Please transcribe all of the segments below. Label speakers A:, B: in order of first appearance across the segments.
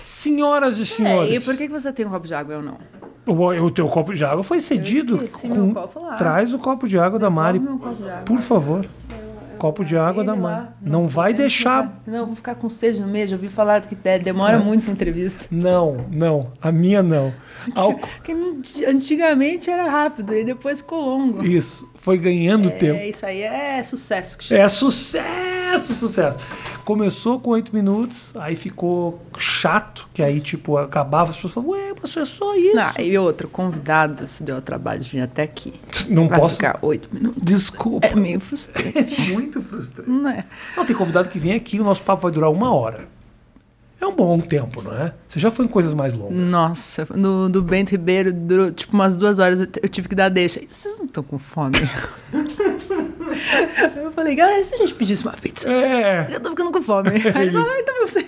A: senhoras e
B: É,
A: senhores. É
B: e por que que você tem um copo de água e eu não?
A: o, o teu copo de água foi cedido.
B: esqueci meu copo lá.
A: Traz o copo de água da Mari,
B: Toma um copo de água.
A: por favor. Copo de água
B: Ele
A: da
B: lá,
A: Mari. Não vai
B: eu vou
A: deixar. É.
B: ficar- Não, eu vou ficar com sede no mês. Eu ouvi falar que de- demora muito essa entrevista.
A: Não, não. A minha não. Álcool.
B: Porque não- antigamente era rápido e depois ficou longo.
A: Isso. Foi ganhando tempo.
B: É, isso aí é sucesso. que chama.
A: É sucesso, sucesso. Começou com oito minutos, aí ficou chato, que aí, tipo, acabava, as pessoas falavam, ué, mas é só isso.
B: Ah, e outro, convidado se deu ao trabalho de vir até aqui.
A: Não
B: Vai
A: posso.
B: ficar oito minutos.
A: Desculpa.
B: É meio frustrante,
A: É muito frustrante.
B: não é?
A: Não, tem convidado que vem aqui, o nosso papo vai durar uma hora. É um bom tempo, não é? Você já foi em coisas mais longas.
B: Nossa, no, do Bento Ribeiro durou tipo umas duas horas, eu, t- eu tive que dar deixa. Vocês não estão com fome? eu falei, galera, e se a gente pedisse uma pizza?
A: É.
B: Eu tô ficando com fome. Aí ele falou, "Ah, então você.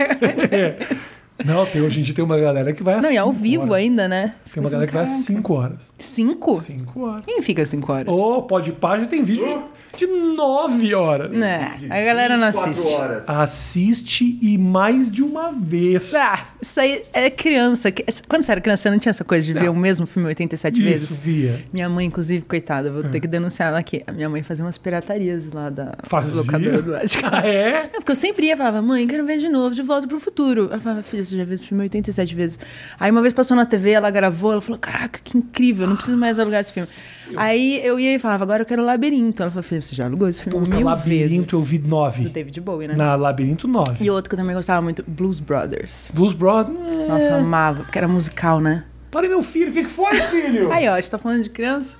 A: Não, tem, hoje em dia tem uma galera que vai às
B: Não, e ao
A: cinco
B: vivo
A: horas.
B: ainda, né?
A: Tem uma galera que vai às 5 horas.
B: Cinco?
A: 5 horas.
B: Quem fica cinco horas?
A: Ô, pode pá, já tem vídeo de 9 horas.
B: Né, a galera não
C: 24
B: assiste.
C: horas.
A: Assiste e mais de uma vez.
B: Ah, isso aí é criança. que- Quando você era criança, você não tinha essa coisa de ver o mesmo filme 87
A: Isso, Hum.
B: vezes?
A: via.
B: Minha mãe, inclusive, coitada, vou ter que denunciar ela aqui. A minha mãe fazia umas piratarias lá da
A: Fazia?
B: locadora do lado de casa.
A: Ah, é?
B: É, porque eu sempre ia e falava, mãe, quero ver de novo, de volta pro futuro. Ela falava, filha, você já viu esse filme 87 vezes. Aí uma vez passou na TV, ela gravou, ela falou, caraca, que incrível, eu não preciso mais alugar esse filme. Aí eu ia e falava, agora eu quero labirinto. Ela falou, filha, você já alugou esse filme
A: Puta,
B: mil vezes.
A: Labirinto eu vi
B: Do
A: 9.
B: David Bowie, né?
A: Na Labirinto 9.
B: E outro que eu também gostava muito, Blues Brothers.
A: Blues Brothers. é.
B: Nossa, eu amava, porque era musical, né?
A: Olha meu filho, o que, que foi, filho?
B: Aí, ó, a gente tá falando de criança.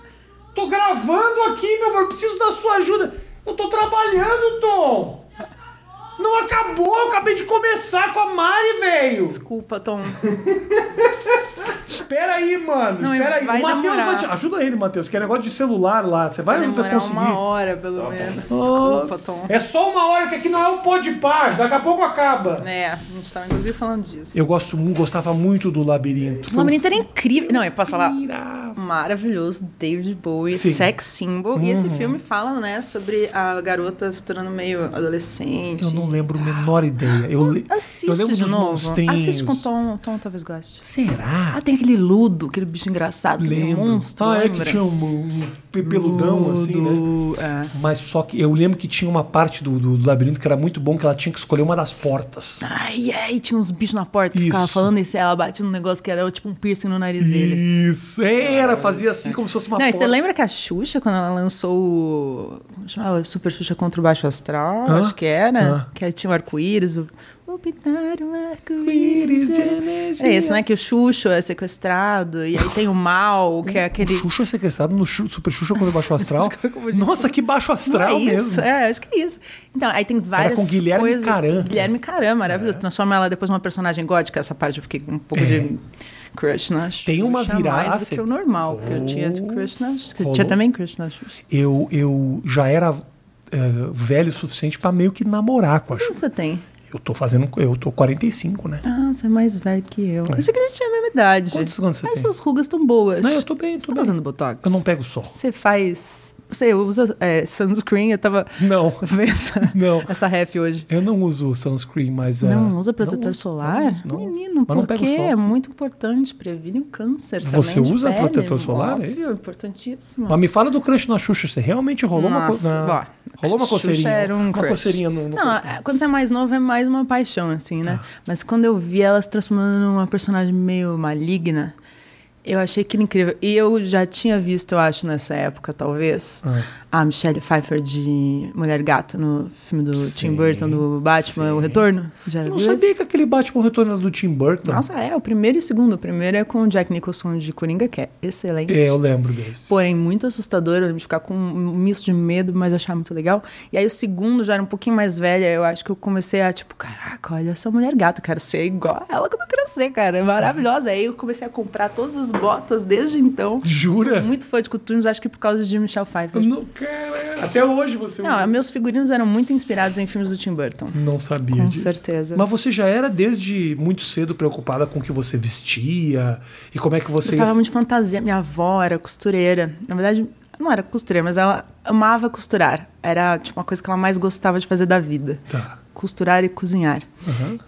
A: Tô gravando aqui, meu amor, preciso da sua ajuda. Eu tô trabalhando, Tom. Não acabou, eu acabei de começar com a Mari, velho.
B: Desculpa, Tom.
A: Espera aí, mano.
B: Não,
A: Espera aí.
B: vai
A: O Matheus
B: demorar.
A: vai te... Ajuda ele, Matheus, que é negócio de celular lá. Você vai ajudar a
B: Demorar
A: conseguir.
B: uma hora, pelo menos.
A: Ah,
B: Desculpa, Tom.
A: É só uma hora que aqui não é um pó de paz. Daqui a pouco acaba.
B: É, a gente tava inclusive falando disso.
A: Eu gosto, mu- gostava muito do labirinto.
B: O labirinto era incrível. Não, eu posso falar
A: Ira.
B: maravilhoso, David Bowie,
A: Sim. Uhum.
B: sex symbol. E esse filme fala, né, sobre a garota se tornando meio adolescente.
A: Eu não lembro a menor ideia. Eu, le-
B: Assiste
A: eu lembro
B: de
A: dos
B: novo.
A: monstrinhos.
B: Assiste com o Tom. Tom talvez goste.
A: Será?
B: Ah, tem aquele ludo, aquele bicho engraçado, aquele
A: Lembro.
B: um monstro.
A: ah, é que
B: lembra?
A: tinha um, um pe- peludão, assim, né?
B: Ludo, é.
A: Mas só que eu lembro que tinha uma parte do, do- do labirinto que era muito bom, que ela tinha que escolher uma das portas.
B: Ai, ai, tinha uns bichos na porta que
A: Isso.
B: ficava falando isso. aí Ela batia num negócio que era tipo um piercing no nariz dele.
A: Isso, era, fazia assim como se fosse uma
B: Não, e
A: porta.
B: você lembra que a Xuxa, quando ela lançou o. como chamava? Super Xuxa contra o Baixo Astral,
A: Hã?
B: acho que era.
A: Hã?
B: Que aí tinha o arco-íris. O... Vou pintar um
A: Íris
B: arco-íris.
A: de energia.
B: É isso, né? Que o Xuxo é sequestrado. E aí tem o mal, que é
A: O
B: aquele.
A: Xuxa é sequestrado no Xu- Super Xuxa quando é baixo astral. Nossa, que baixo
B: Não
A: astral
B: é isso,
A: mesmo.
B: é, acho que é isso. Então, aí tem várias
A: com Guilherme É.
B: coisas.
A: Caran.
B: Guilherme Caran, maravilhoso. Transforma ela depois numa personagem gótica. Essa parte eu fiquei com um pouco de crush na Xuxa.
A: É.
B: é
A: Tem uma virada-
B: Mais do que o normal, porque eu tinha crush na Xuxa. Você
A: Rolou.
B: tinha também crush na Xuxa.
A: Eu, eu já era eh, velho o suficiente pra meio que namorar com a
B: Quantos
A: Xuxa.
B: anos você tem?
A: Eu tô fazendo. Eu tô 45, né?
B: Ah, você é mais velho que eu. Eu Achei que a gente tinha a mesma idade.
A: É. Quantos anos você
B: Mas
A: tem?
B: suas rugas estão boas.
A: Não, eu tô bem,
B: Você
A: tô
B: tá
A: bem.
B: fazendo botox?
A: Eu não pego sol.
B: Você faz. Você usa é, sunscreen? Eu tava
A: Não,
B: vendo essa,
A: não.
B: essa ref hoje.
A: Eu não uso sunscreen, mas. eh,
B: Não usa protetor
A: não uso,
B: solar?
A: não uso.
B: Menino,
A: Mas não
B: por
A: pega o
B: quê?
A: sol.
B: É muito importante. Previne o câncer
A: Você
B: também de
A: usa
B: pele,
A: protetor solar, é
B: Óbvio,
A: isso?
B: importantíssimo.
A: Mas me fala do crush na Xuxa. Você realmente rolou uma
B: Nossa,
A: coisa.
B: ó,
A: Rolou uma
B: Xuxa
A: coceirinha.
B: era um
A: uma
B: crush.
A: coceirinha no. no
B: Não, é, quando você é mais novo é mais uma paixão, assim, né?
A: Ah.
B: Mas quando eu vi ela se transformando numa personagem meio maligna, eu achei aquilo incrível. E eu já tinha visto, eu acho, nessa época, talvez,
A: Ah.
B: a Michelle Pfeiffer de Mulher Gato no filme do Tim
A: Sim,
B: Burton, do Batman, O Retorno. Já
A: Eu não
B: viu
A: sabia que aquele Batman retorno era do Tim Burton.
B: Nossa, é, o primeiro e o segundo. O primeiro é com o Jack Nicholson de Coringa, que é excelente.
A: É, eu lembro desse.
B: Porém, muito assustador, eu lembro de ficar com um misto de medo, mas achar muito legal. E aí o segundo já era um pouquinho mais velha, eu acho que eu comecei a, tipo, caraca, olha essa mulher gato, eu quero ser igual a ela quando eu crescer, cara, é maravilhosa. Aí eu comecei a comprar todas as botas desde então.
A: Jura?
B: Sou muito fã de coturnos, acho que por causa de Michelle Pfeiffer.
A: Não, cara, até hoje você usa.
B: Não, é. meus figurinos eram muito inspirados em filmes do Tim Burton.
A: Não sabia
B: Com
A: disso.
B: certeza.
A: Mas você já era desde muito cedo preocupada com o que você vestia e como é que você.
B: Gostava muito de fantasia. Minha avó era costureira. Na verdade, não era costureira, mas ela amava costurar. Era, tipo, uma coisa que ela mais gostava de fazer da vida.
A: Tá.
B: costurar e cozinhar.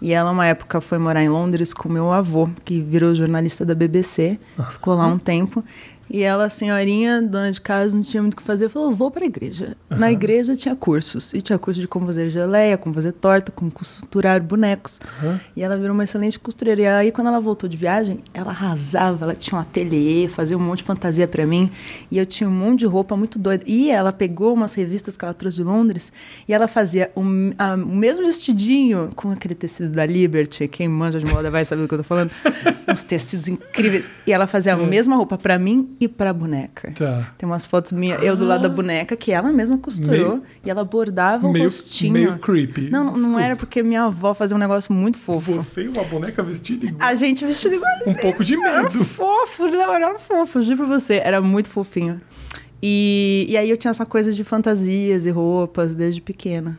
B: E ela, uma época, foi morar em Londres com meu avô, que virou jornalista da BBC, ficou lá um tempo. E ela, senhorinha, dona de casa, não tinha muito o que fazer, falou: vou para a igreja. Na igreja tinha cursos. E tinha curso de como fazer geleia, como fazer torta, como costurar bonecos. E ela virou uma excelente costureira. E aí, quando ela voltou de viagem, ela arrasava, ela tinha um ateliê, fazia um monte de fantasia para mim. E eu tinha um monte de roupa muito doida. E ela pegou umas revistas que ela trouxe de Londres e ela fazia o, m- a- o mesmo vestidinho com aquele tecido da Liberty. Quem manja de moda vai saber do que eu tô falando. Uns tecidos incríveis. E ela fazia a mesma roupa para mim e para boneca.
A: É. Tá. Ah.
B: Tem umas fotos minhas, eu do lado da boneca, que ela mesma costurou.
A: Meio-
B: e ela bordava o
A: meio-
B: um rostinho.
A: meio creepy.
B: Não, não, não
A: Desculpa.
B: era porque minha avó fazia um negócio muito fofo.
A: Você e uma boneca vestida igual.
B: A gente vestido igualzinho.
A: Um pouco de medo.
B: Fofo, não, era fofo, juro pra você. Era muito fofinho. E, e aí eu tinha essa coisa de fantasias e roupas desde pequena.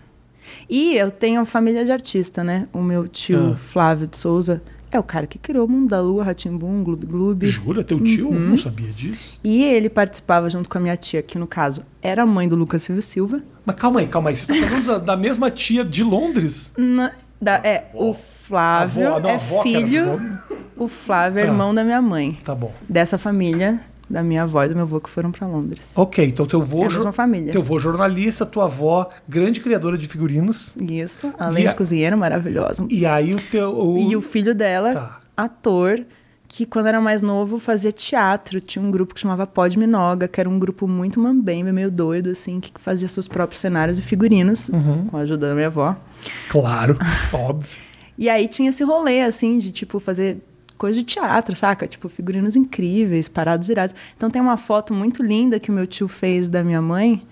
B: E eu tenho família de artista, né? O meu tio
A: Ah.
B: Flávio de Souza é o cara que criou o Mundo da Lua, Ratimbum, Gloob Gloob.
A: Jura, teu tio? Eu Não sabia disso.
B: E ele participava junto com a minha tia, que no caso era a mãe do Lucas Silva Silva.
A: Mas calma aí, calma aí. Você tá falando da, da mesma tia de Londres?
B: Na- da- é, o Flávio
A: Avó, não,
B: é
A: avó, cara,
B: filho.
A: avó.
B: o Flávio é
A: Tá.
B: irmão da minha mãe.
A: Tá bom.
B: Dessa família, da minha avó e do meu avô que foram pra Londres.
A: Ok, então teu avô...
B: É a mesma família.
A: Teu avô jornalista, tua avó grande criadora de figurinos.
B: Isso, além
A: E a-
B: de cozinheira maravilhosa.
A: E aí o teu... o-
B: E o filho dela,
A: Tá.
B: ator, que quando era mais novo fazia teatro. Tinha um grupo que chamava Pod Minoga, que era um grupo muito mambembe, meio doido, assim, que fazia seus próprios cenários e figurinos,
A: Uhum.
B: com a ajuda da minha avó.
A: Claro, óbvio.
B: E aí tinha esse rolê, assim, de, tipo, fazer coisa de teatro, saca? Tipo, figurinos incríveis, paradas iradas. Então tem uma foto muito linda que o meu tio fez da minha mãe,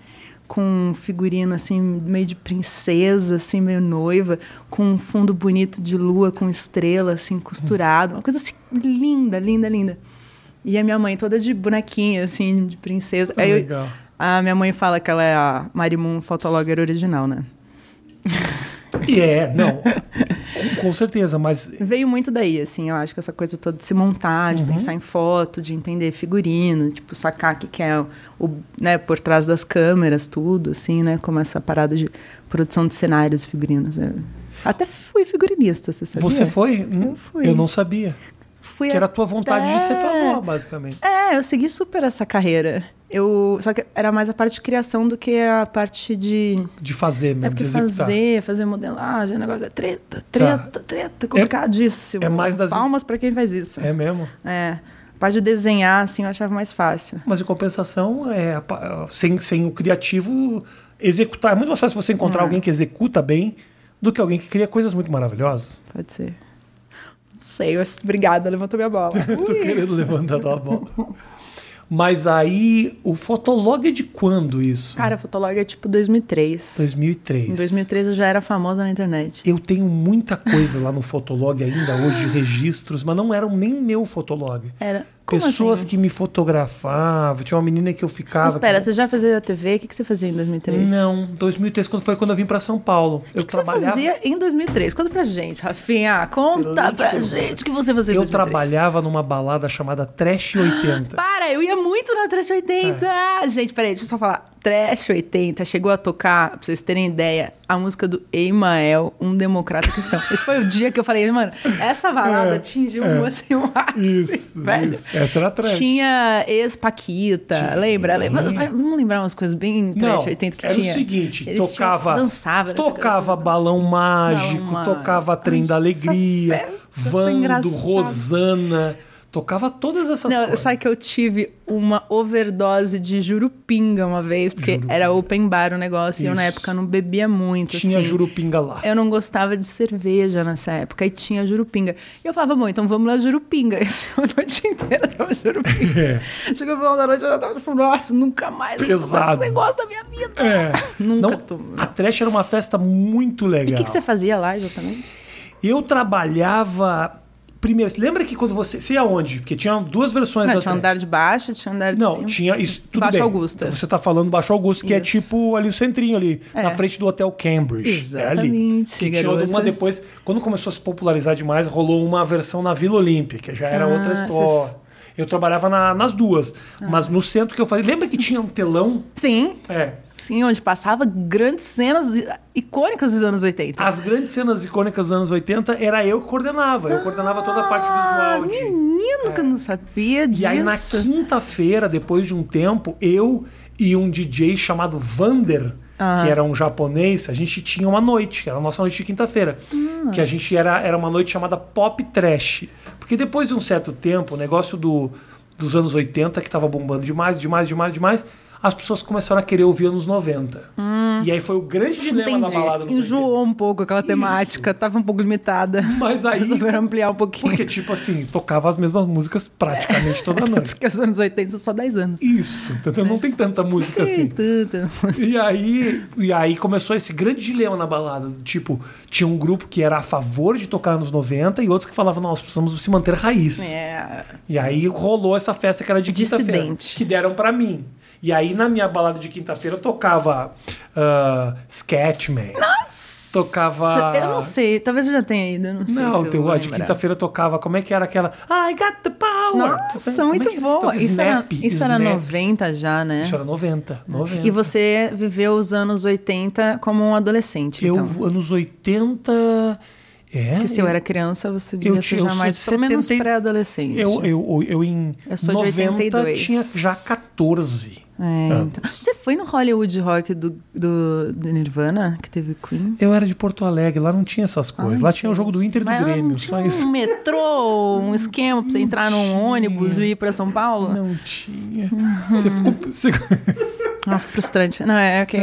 B: com um figurino, assim, meio de princesa, assim, meio noiva, com um fundo bonito de lua, com estrela, assim, costurado. Uma coisa, assim, linda, linda, linda. E a minha mãe toda de bonequinha, assim, de princesa. Aí eu-
A: Legal.
B: a minha mãe fala que ela é a Marimun Fotologger original, né?
A: E é, não. com, com certeza, mas
B: Veio muito daí, assim, eu acho que essa coisa toda de se montar,
A: Uhum.
B: de pensar em foto, de entender figurino, tipo, sacar o que, que é o, o, né, por trás das câmeras, tudo, assim, né? Como essa parada de produção de cenários e figurinos. né? Até fui figurinista, você sabia?
A: você foi? Eu
B: fui.
A: Eu não sabia.
B: Fui
A: que era a
B: até-
A: tua vontade de ser tua avó, basicamente.
B: É, eu segui super essa carreira. Eu, só que era mais a parte de criação do que a parte de
A: De fazer mesmo,
B: É
A: de
B: porque
A: executar. Tá.
B: fazer, fazer modelagem, o negócio é treta, treta, treta, complicadíssimo.
A: é mais das-
B: Palmas pra quem faz isso.
A: É mesmo.
B: É. A parte de desenhar, assim, eu achava mais fácil.
A: Mas em compensação, é, a pa- sem, sem o criativo executar. É muito mais fácil você encontrar
B: É.
A: alguém que executa bem do que alguém que cria coisas muito maravilhosas.
B: Pode ser. Não sei, mas obrigada, levantou minha bola.
A: Tô querendo levantar tua bola. Mas aí, o Fotolog é de quando isso?
B: Cara, Fotolog é tipo 2003.
A: 2003.
B: Em 2003 eu já era famosa na internet.
A: Eu tenho muita coisa lá no Fotolog ainda hoje, de registros, mas não eram nem meu Fotolog.
B: Era. Como
A: Pessoas
B: assim?
A: que me fotografavam. Tinha uma menina que eu ficava.
B: Mas pera,
A: que-
B: você já fazia TV? O que, que você fazia em 2003?
A: Não, 2003 quando foi quando eu vim pra São Paulo. eu
B: O que, que você
A: trabalhava.
B: fazia em 2003? Conta pra gente, Rafinha. Conta
A: Excelente
B: pra
A: pergunta.
B: gente o que você fazia em
A: Eu
B: 2003.
A: trabalhava numa balada chamada Trash 80.
B: Para, eu ia muito na Trash 80.
A: É.
B: Gente, peraí, deixa eu só falar. Trash 80 chegou a tocar, pra vocês terem ideia, a música do Eimael, um democrata cristão. Esse foi o dia que eu falei, mano, essa balada
A: É,
B: atingiu um, assim, um ápice,
A: Isso,
B: velho.
A: isso. Essa era a Trash. né?
B: Tinha ex-Paquita, lembra? lembra? Vamos lembrar umas coisas bem Trash
A: Não,
B: 80 que
A: era
B: tinha.
A: o seguinte,
B: Eles
A: tocava,
B: Tinham, dançava. né?
A: tocava balão mágico,
B: Mágico.
A: tocava trem da
B: Ai,
A: alegria,
B: essa festa foi
A: Vando,
B: engraçada.
A: Rosana, tocava todas essas
B: Não,
A: coisas.
B: sabe que eu tive uma overdose de jurupinga uma vez, porque
A: Jurupinga.
B: era open bar o negócio, e eu na
A: Isso.
B: época não bebia muito,
A: Tinha
B: assim.
A: jurupinga lá.
B: Eu não gostava de cerveja nessa época, e tinha jurupinga. E eu falava, bom, então vamos lá jurupinga. Esse a noite inteira tava jurupinga.
A: É.
B: Chegou no final da noite, eu já tava tipo, nossa, nunca mais. nunca mais
A: Pesado.
B: Esse negócio da minha vida.
A: É.
B: Nunca
A: Não,
B: tomou.
A: A Trash era uma festa muito
B: E
A: legal.
B: o que, que você fazia lá exatamente?
A: Eu trabalhava. Primeiro, você lembra que quando você. Você ia onde? Porque tinha duas versões
B: Não,
A: da
B: tinha
A: Trash.
B: andar de baixo, tinha andar de
A: Não,
B: cima.
A: tinha isso. Tudo
B: Baixo
A: bem.
B: Augusta.
A: Então você tá falando Baixo Augusto, que é
B: Isso.
A: tipo ali o centrinho ali,
B: É.
A: na frente do Hotel Cambridge. É ali.
B: Exatamente,
A: Que tinha
B: garota.
A: uma depois. Quando começou a se popularizar demais, rolou uma versão na Vila Olímpica, já era
B: Ah,
A: outra
B: você-
A: história. Eu trabalhava na- nas duas. Mas no centro que eu fazia. Lembra que tinha um telão?
B: Sim,
A: É.
B: Sim, onde passava grandes cenas icônicas dos anos 80.
A: As grandes cenas icônicas dos anos 80 era eu que coordenava. Eu coordenava toda a parte
B: Ah,
A: visual. De...
B: menino que eu não sabia disso.
A: E aí na quinta-feira, depois de um tempo, eu e um DJ chamado Vander,
B: Ah.
A: que era um japonês, a gente tinha uma noite, era a nossa noite de quinta-feira.
B: Ah.
A: Que a gente era, era uma noite chamada Pop Trash. Porque depois de um certo tempo, o negócio do, dos anos 80, que estava bombando demais, demais, demais, demais, as pessoas começaram a querer ouvir anos 90. E aí foi o grande dilema
B: Hum. Entendi.
A: da balada nos 80.
B: Enjoou um pouco aquela temática, tava um pouco limitada.
A: Mas aí-
B: Resolveram ampliar um pouquinho.
A: Porque, tipo assim, tocava as mesmas músicas praticamente toda noite.
B: Porque os anos 80 são só 10 anos.
A: Isso, entendeu? não tem tanta música assim. E aí, e aí começou esse grande dilema na balada. do Tipo, tinha um grupo que era a favor de tocar nos 90 e outros que falavam, nós precisamos se manter raiz.
B: É.
A: E aí rolou essa festa que era de quinta-feira.
B: Dissidente.
A: Que deram pra mim. E aí na minha balada de quinta-feira eu tocava ah, Sketchman. Nossa! Tocava...
B: Eu não sei, talvez eu já tenha ido, eu não sei.
A: Não,
B: se
A: teu,
B: eu
A: a de
B: lembrar.
A: quinta-feira tocava. Como é que era aquela? I got the power!
B: Nossa,
A: Como é
B: muito
A: que-
B: boa.
A: Então,
B: Isso,
A: Snap,
B: era, isso era
A: Snap.
B: 90 já, né?
A: Isso era 90. 90.
B: E você viveu os anos 80 como um adolescente,
A: Eu,
B: então.
A: anos 80. É.
B: Porque se eu era criança, você
A: eu
B: devia
A: ti-
B: ser
A: eu
B: já
A: sou
B: mais,
A: de
B: pelo menos
A: 70
B: pré-adolescente.
A: Eu, eu, eu em
B: Eu sou de
A: 90
B: 82.
A: tinha já 14.
B: É,
A: Ah.
B: então. Você foi no Hollywood Rock do, do, do Nirvana, que teve Queen?
A: Eu era de Porto Alegre, lá não tinha essas coisas.
B: Ai,
A: lá tinha o
B: gente.
A: jogo do Inter e do
B: Mas lá não
A: Grêmio,
B: tinha
A: só isso.
B: Um metrô, um esquema pra você entrar num ônibus e ir pra São Paulo?
A: Não tinha.
B: Uhum.
A: Você ficou, você-
B: Nossa, que frustrante. Não, é que.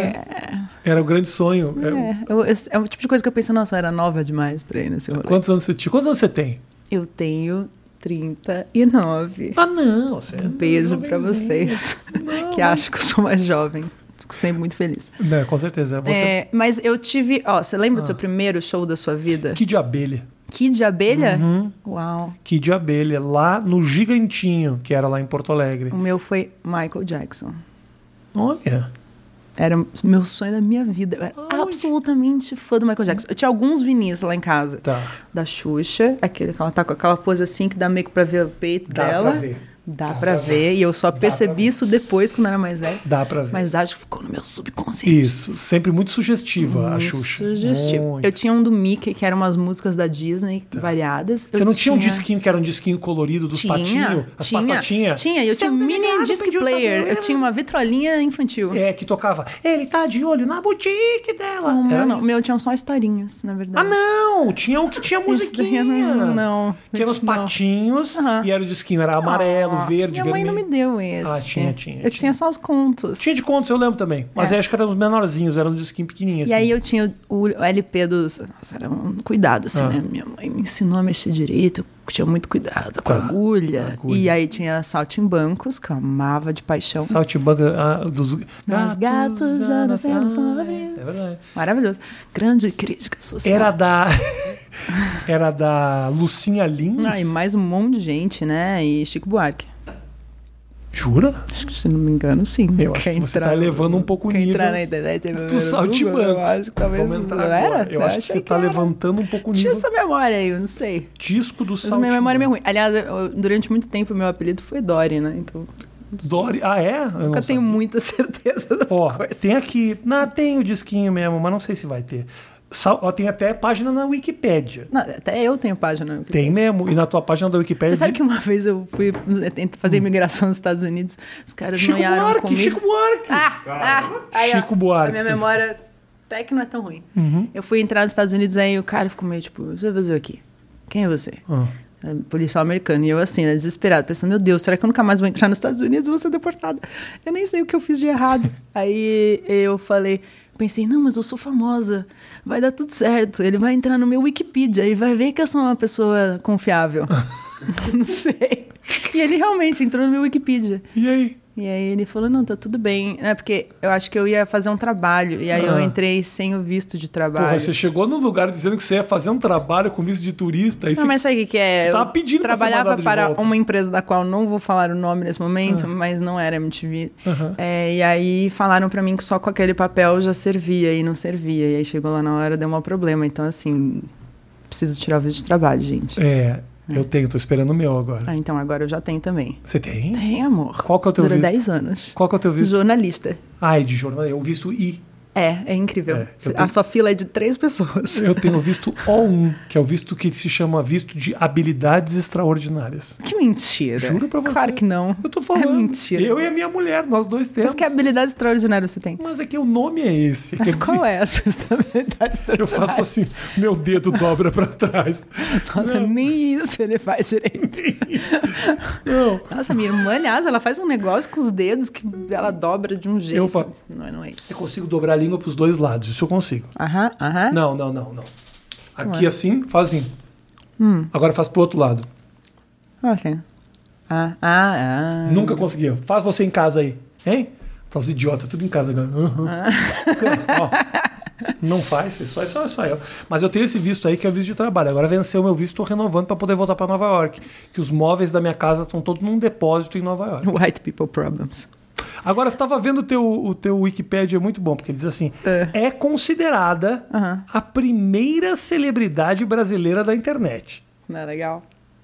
A: Era o grande sonho. É,
B: é, eu- eu- é o tipo de coisa que eu penso, nossa, eu era nova demais pra ir nesse rolê.
A: Quantos anos você tinha? Quantos anos você tem?
B: Eu tenho 39.
A: Ah, não. Você é
B: Um beijo pra
A: jovenzinho.
B: vocês
A: Não.
B: que acham que eu sou mais jovem. Fico sempre muito feliz.
A: Não, com certeza. Você Ah.
B: É, mas eu tive. Ó, você lembra do seu primeiro show da sua vida?
A: que de abelha.
B: Kid de
A: Uhum.
B: abelha? Uau.
A: Que de abelha, lá no Gigantinho, que era lá em Porto Alegre.
B: O meu foi Michael Jackson.
A: Olha.
B: Era o meu sonho da minha vida. Eu era
A: Aonde?
B: absolutamente fã do Michael Jackson. Eu tinha alguns vinis lá em casa.
A: Tá.
B: Da Xuxa, aquele que ela tá com aquela pose assim que dá meio que pra ver o peito
A: Dá
B: dela.
A: pra ver.
B: Dá, pra, ver. E eu só
A: pra ver.
B: percebi isso depois, quando era mais velha.
A: Dá pra ver.
B: Mas acho que ficou no meu subconsciente.
A: Isso, sempre muito sugestiva a
B: Muito
A: Xuxa.
B: Sugestivo.
A: Muito.
B: Eu tinha um do Mickey, que eram umas músicas da Disney variadas.
A: Tá. Você
B: Eu
A: não tinha um disquinho que era um disquinho colorido dos patinhos? As
B: tinha,
A: patatinhas?
B: Tinha, e eu tinha um mini disc player. Eu tinha uma vitrolinha infantil.
A: É, que tocava. Ele tá de olho na boutique dela.
B: O
A: Era
B: meu não. O
A: isso.
B: meu tinham só historinhas, na
A: Ah,
B: verdade.
A: não! Tinha um que tinha
B: Isso daí
A: musiquinha.
B: eu não- não,
A: Que eram os
B: isso não.
A: patinhos
B: Aham.
A: e era o disquinho. Era amarelo,
B: Ah,
A: verde,
B: Minha
A: vermelho.
B: mãe não me deu esse.
A: Ah, tinha, tinha,
B: Eu
A: tinha.
B: tinha só os contos.
A: Tinha de contos, eu lembro também. Mas
B: É.
A: aí acho que eram os menorzinhos, eram os disquinhos pequenininhos.
B: E
A: assim.
B: aí eu tinha o o LP dos. Nossa, era um cuidado, assim,
A: Ah.
B: né? Minha mãe me ensinou a mexer direito, eu tinha muito cuidado com
A: Tá.
B: a agulha.
A: Agulha.
B: E aí tinha Saltimbancos, que eu amava de paixão.
A: Saltimbanca ah, dos gatos.
B: gatos,
A: ah,
B: anos,
A: ah,
B: anos,
A: é verdade.
B: Maravilhoso. Grande crítica social.
A: Era da. Era da Lucinha Lins.
B: Ah, e mais um monte de gente, né? E Chico Buarque.
A: Jura?
B: Acho que, se não me engano, sim.
A: Eu acho que você tá elevando um pouco o
B: quem
A: nível
B: entrar na internet é meu
A: Tu
B: Eu
A: saltimbancos.
B: acho que talvez
A: Vamos entrar
B: não
A: agora.
B: era. né?
A: Eu acho que
B: Achei
A: você tá
B: era.
A: levantando um pouco o
B: Tinha
A: nível.
B: essa memória aí, eu não sei.
A: Disco do
B: Mas minha memória é
A: Saltimbanco.
B: meio ruim. Aliás, eu- durante muito tempo meu apelido foi Dory, né? Então
A: Dory. Ah, é? Eu
B: nunca
A: não
B: tenho muita certeza das
A: sabia. Ó,
B: coisas.
A: tem aqui. Não, tem o disquinho mesmo, mas não sei se vai ter. Sal- Ó, tem até página na Wikipédia.
B: Não, até eu tenho página.
A: Tem mesmo. E na tua página da Wikipédia.
B: Você sabe que uma vez eu fui eh, tentar fazer imigração nos Estados Unidos, os caras
A: Chico
B: noiaram
A: Buarque,
B: comigo.
A: Chico Buarque.
B: Ah, ah, aí, ó,
A: Chico Buarque.
B: Minha memória até que não é tão ruim. Eu fui entrar nos Estados Unidos, aí o cara ficou meio tipo, você vai fazer aqui? Quem é você?
A: Ah.
B: É, Policial americano. E eu assim, né, desesperado, pensando, meu Deus, será que eu nunca mais vou entrar nos Estados Unidos e vou ser deportada? Eu nem sei o que eu fiz de errado. aí eu falei, pensei, não, mas eu sou famosa, vai dar tudo certo. Ele vai entrar no meu Wikipedia e vai ver que eu sou uma pessoa confiável. não sei. E ele realmente entrou no meu Wikipedia.
A: E aí?
B: E aí ele falou, não, tá tudo bem. É porque eu acho que eu ia fazer um trabalho. E aí eu
A: Ah.
B: entrei sem o visto de trabalho.
A: Porra, você chegou num lugar dizendo que você ia fazer um trabalho com visto de turista. Aí
B: Não,
A: você...
B: mas sabe o que, que é?
A: Você tava
B: Eu
A: pedindo pra ser
B: trabalhava
A: mandado de
B: para
A: volta. Ah.
B: uma empresa da qual não vou falar o nome nesse momento, mas não era MTV. É, e aí falaram pra mim que só com aquele papel já servia e não servia. E aí chegou lá na hora, deu um problema. Então, assim, preciso tirar o visto de trabalho, gente.
A: É, eu tenho, tô esperando o meu agora.
B: Ah, então agora eu já tenho também.
A: Você tem?
B: Tem, amor.
A: Qual que é o teu
B: Dura
A: visto?
B: 10 anos.
A: Qual que é o teu visto?
B: Jornalista.
A: Ai, de jornal. Eu visto I.
B: É, é incrível.
A: É, eu
B: a
A: tenho-
B: sua fila é de três pessoas.
A: Eu tenho visto O1, que é o visto que se chama visto de habilidades extraordinárias.
B: Que mentira.
A: Juro pra você.
B: Claro que não.
A: Eu tô falando.
B: É mentira.
A: Eu e a minha mulher, nós dois temos.
B: Mas que habilidade extraordinária você tem?
A: Mas é que o nome é esse. é
B: Mas
A: que
B: qual é a sua habilidade extraordinária?
A: Eu faço assim, meu dedo dobra pra trás.
B: Nossa,
A: Não.
B: nem isso ele faz direito.
A: Não.
B: Nossa, minha irmã, aliás, ela faz um negócio com os dedos que ela dobra de um jeito.
A: Eu fa-
B: Não, não é
A: Eu
B: isso.
A: consigo dobrar a língua pros dois lados, isso eu consigo.
B: Aham, aham.
A: Não, não, não, não. Aqui
B: Ué.
A: assim, faz assim.
B: é? Hum.
A: Agora faz pro outro lado.
B: Olha. Ah, ah, ah.
A: Nunca conseguiu. Faz você em casa aí. Hein? Tá os idiota, tudo em casa agora. Uhum. Ó, não faz, é só, é só, é só eu. Mas eu tenho esse visto aí que é o visto de trabalho. Agora venceu o meu visto, tô renovando para poder voltar para Nova York. Que os móveis da minha casa estão todos num depósito em Nova York.
B: White people problems.
A: Agora, eu estava vendo o teu, o teu Wikipedia, é muito bom, porque ele diz assim:
B: É.
A: é considerada
B: Aham.
A: a primeira celebridade brasileira da internet.
B: Não é legal?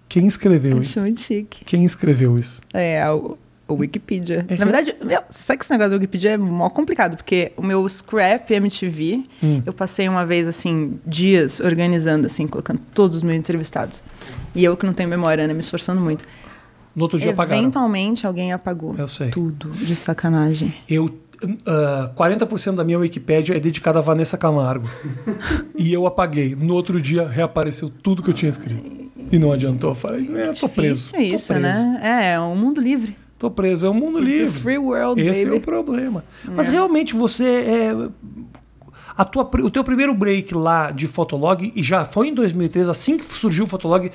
A: Quem escreveu
B: Acho
A: isso?
B: muito chique.
A: Quem escreveu isso?
B: É, o, o Wikipedia.
A: É
B: Na
A: que-
B: verdade, meu, sabe que esse negócio do Wikipedia é mó complicado, porque o meu Scrap MTV,
A: Hum.
B: eu passei uma vez, assim, dias organizando, assim, colocando todos os meus entrevistados. E eu que não tenho memória, né, me esforçando muito.
A: No outro dia apagaram.
B: Eventualmente alguém apagou.
A: Eu sei.
B: Tudo, de sacanagem.
A: Eu, ah, 40% da minha Wikipédia é dedicada a Vanessa Camargo. e eu apaguei. No outro dia reapareceu tudo que eu tinha escrito. E não adiantou. Eu falei, é, tô preso.
B: Difícil é isso,
A: tô preso.
B: né? É, é um mundo livre.
A: Tô preso. É o mundo
B: It's a
A: livre.
B: free world,
A: Esse é o
B: baby.
A: problema. Mas realmente você é. A tua, pri- o teu primeiro break lá de Fotolog, e já foi em 2013, assim que surgiu o Fotolog,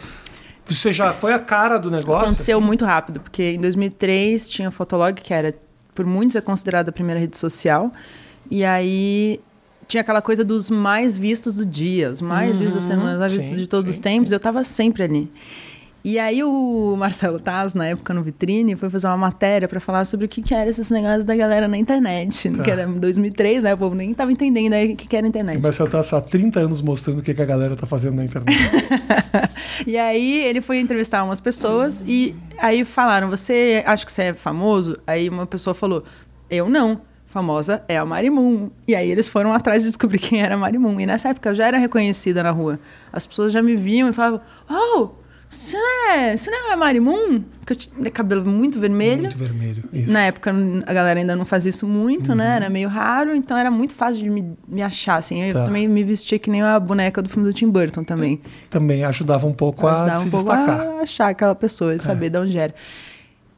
A: você já foi a cara do negócio?
B: Aconteceu muito rápido, porque em 2003 tinha o Fotolog, que era, por muitos, é considerada a primeira rede social. E aí tinha aquela coisa dos mais vistos do dia, os mais vistos da semana, os mais
A: Uhum. sim,
B: vistos de todos
A: sim,
B: os tempos. Eu tava sempre ali. E aí o Marcelo Taz, na época no Vitrine, foi fazer uma matéria para falar sobre o que, que era esses negócios da galera na internet. né, Que
A: Tá.
B: era em 2003, né? O povo nem tava entendendo aí o que, que era internet.
A: Mas você tá há 30 anos mostrando o que, que a galera tá fazendo na internet.
B: E aí ele foi entrevistar umas pessoas e aí falaram: Você acha que você é famoso? Aí uma pessoa falou: Eu não. Famosa é a Marimun. E aí eles foram atrás de descobrir quem era a Marimun. E nessa época eu já era reconhecida na rua. As pessoas já me viam e falavam: Oh, você não é, você não é a Marimun? Porque eu tinha cabelo muito vermelho.
A: Muito vermelho. Isso.
B: Na época a galera ainda não fazia isso muito,
A: Uhum.
B: né? Era meio raro, então era muito fácil de me, me achar, assim. Eu
A: Tá.
B: também me vestia que nem a boneca do filme do Tim Burton também
A: Também ajudava um pouco a
B: ajudar
A: se
B: um pouco
A: destacar. É.
B: a achar aquela pessoa e saber de onde era.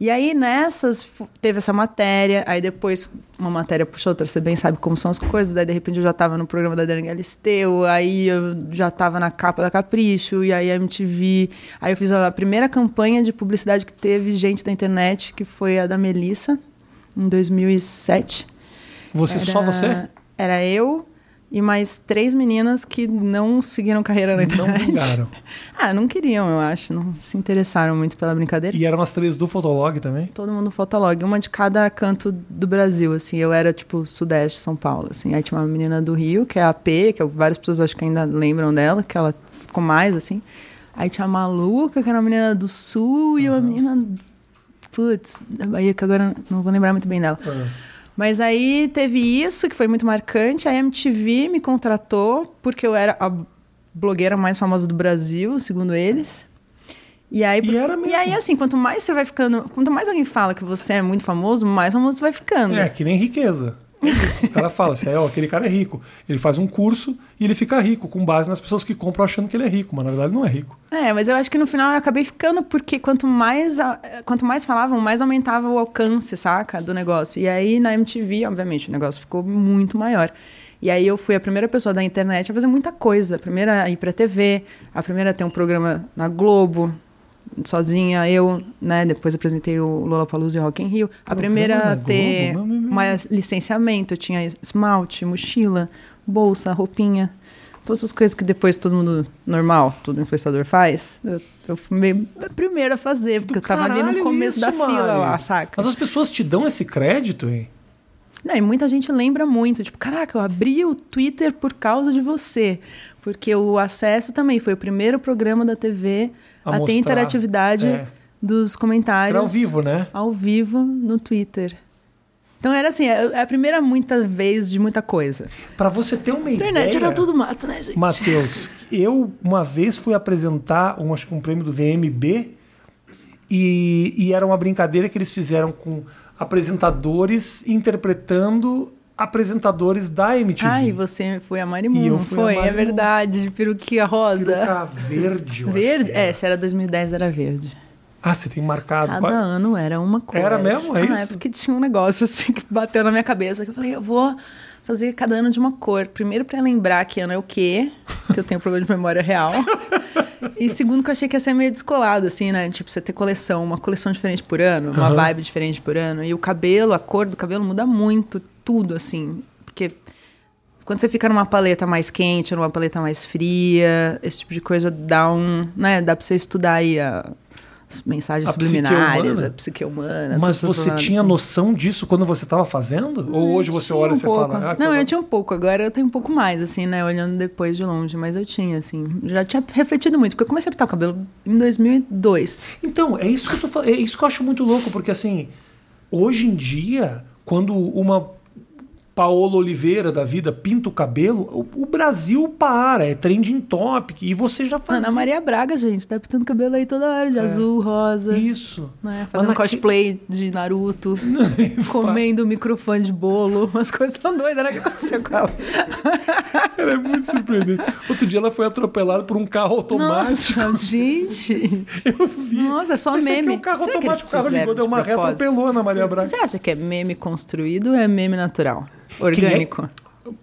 B: E aí nessas fu- teve essa matéria, aí depois uma matéria puxou outra, você bem sabe como são as coisas, daí de repente eu já tava no programa da Dani Galisteu, aí eu já tava na capa da Capricho, e aí a MTV, aí eu fiz a primeira campanha de publicidade que teve gente da internet, que foi a da Melissa, em 2007.
A: Você, só
B: Era-
A: você?
B: Era eu e mais três meninas que não seguiram carreira na
A: Não
B: internet.
A: vingaram.
B: Ah, não queriam, eu acho. Não se interessaram muito pela brincadeira.
A: E eram as três do Fotolog também?
B: Todo mundo fotolog, uma de cada canto do Brasil, assim. Eu era, tipo, Sudeste, São Paulo, assim. Aí tinha uma menina do Rio, que é a P, que várias pessoas acho que ainda lembram dela, que ela ficou mais, assim. Aí tinha a Maluca, que era uma menina do Sul, e uma menina... Putz, da Bahia, que agora não vou lembrar muito bem dela. Mas aí teve isso, que foi muito marcante. A MTV me contratou, porque eu era a blogueira mais famosa do Brasil, segundo eles. E aí,
A: E era mesmo.
B: aí, assim, quanto mais você vai ficando. Quanto mais alguém fala que você é muito famoso, mais famoso você vai ficando.
A: É, que nem riqueza. É isso. Os caras falam assim, ó, aquele cara é rico. Ele faz um curso e ele fica rico, com base nas pessoas que compram achando que ele é rico, mas na verdade não é rico.
B: É, mas eu acho que no final eu acabei ficando porque quanto mais, a- quanto mais falavam, mais aumentava o alcance, saca? Do negócio. E aí na MTV, obviamente, o negócio ficou muito maior. E aí eu fui a primeira pessoa da internet a fazer muita coisa. A primeira a ir pra TV, a primeira a ter um programa na Globo, sozinha, eu, né? Depois apresentei o Lollapalooza e o Rock in Rio. A
A: Programa na
B: primeira a ter
A: Globo? Não, não, não.
B: uma licenciamento, eu tinha esmalte, mochila, bolsa, roupinha, todas as coisas que depois todo mundo normal, todo influenciador faz. Eu, eu fui meio a primeira a fazer, porque eu tava ali
A: Tipo, Caralho,
B: no começo
A: isso,
B: da fila
A: Mari.
B: lá, saca?
A: Mas as pessoas te dão esse crédito, hein?
B: Não, e muita gente lembra muito, tipo, caraca, eu abri o Twitter por causa de você. Porque o Acesso também foi o primeiro programa da TV
A: A
B: a, ter
A: mostrar,
B: interatividade
A: é.
B: dos comentários.
A: Era ao vivo, né?
B: Ao vivo no Twitter. Então era assim, é a primeira muita vez de muita coisa.
A: Pra você ter uma
B: Internet
A: ideia...
B: era tudo mato, né, gente?
A: Matheus, eu uma vez fui apresentar um, acho que um prêmio do VMB e, e era uma brincadeira que eles fizeram com apresentadores interpretando apresentadores da MTV.
B: Ai, você foi a Marimun,
A: E eu
B: não
A: fui a
B: foi? É
A: Marimun.
B: verdade, de peruquia rosa.
A: Peruca verde, eu acho
B: Verde?
A: que era.
B: É, Tá se era 2010 era verde.
A: Ah, você tem marcado.
B: Cada
A: Qual-
B: ano era uma coisa.
A: Era mesmo? É
B: ah,
A: isso?
B: É porque tinha um negócio assim que bateu na minha cabeça que eu falei, eu vou fazer cada ano de uma cor. Primeiro pra lembrar que ano é o quê, que eu tenho problema de memória real. e segundo que eu achei que ia ser meio descolado assim, né? Tipo, você ter coleção, uma coleção diferente por ano, uma vibe diferente por ano e o cabelo, a cor do cabelo muda muito, tudo assim, porque quando você fica numa paleta mais quente, numa paleta mais fria, esse tipo de coisa dá um, né, dá pra você estudar aí a- as mensagens
A: A psique
B: subliminares,
A: humana.
B: a psique humana.
A: Mas
B: tudo
A: você
B: falando
A: tinha
B: assim.
A: noção disso quando você estava fazendo? Ou hoje você
B: Tinha
A: olha
B: um
A: e você
B: pouco.
A: fala... ah, que
B: não, eu
A: legal.
B: tinha um pouco, agora eu tenho um pouco mais, assim, né, olhando depois de longe, mas eu tinha, assim, já tinha refletido muito, porque eu comecei a pintar o cabelo em 2002.
A: Então, é isso que eu tô falando, é isso que eu acho muito louco, porque assim, hoje em dia, quando uma Paola Oliveira da vida pinta o cabelo, o, o Brasil para, é trending topic, e você já faz É.
B: Ana Maria Braga, gente, tá pintando cabelo aí toda hora, de azul, rosa,
A: isso.
B: né,
A: Mas
B: fazendo
A: naque-
B: cosplay de Naruto. comendo microfone de bolo, umas coisas tão doidas, né? Que aconteceu com ela.
A: Ela é muito surpreendente. Outro dia ela foi atropelada por um carro automático.
B: Nossa, gente.
A: Eu vi.
B: Nossa, é só
A: Pensei que
B: meme.
A: é um carro
B: Será que
A: automático, o
B: eles
A: carro ligou,
B: fizeram
A: deu
B: de
A: uma reta, né?
B: propósito?
A: atropelou a Ana Maria Braga.
B: Você acha que é meme construído ou é meme natural?
A: é?
B: Orgânico?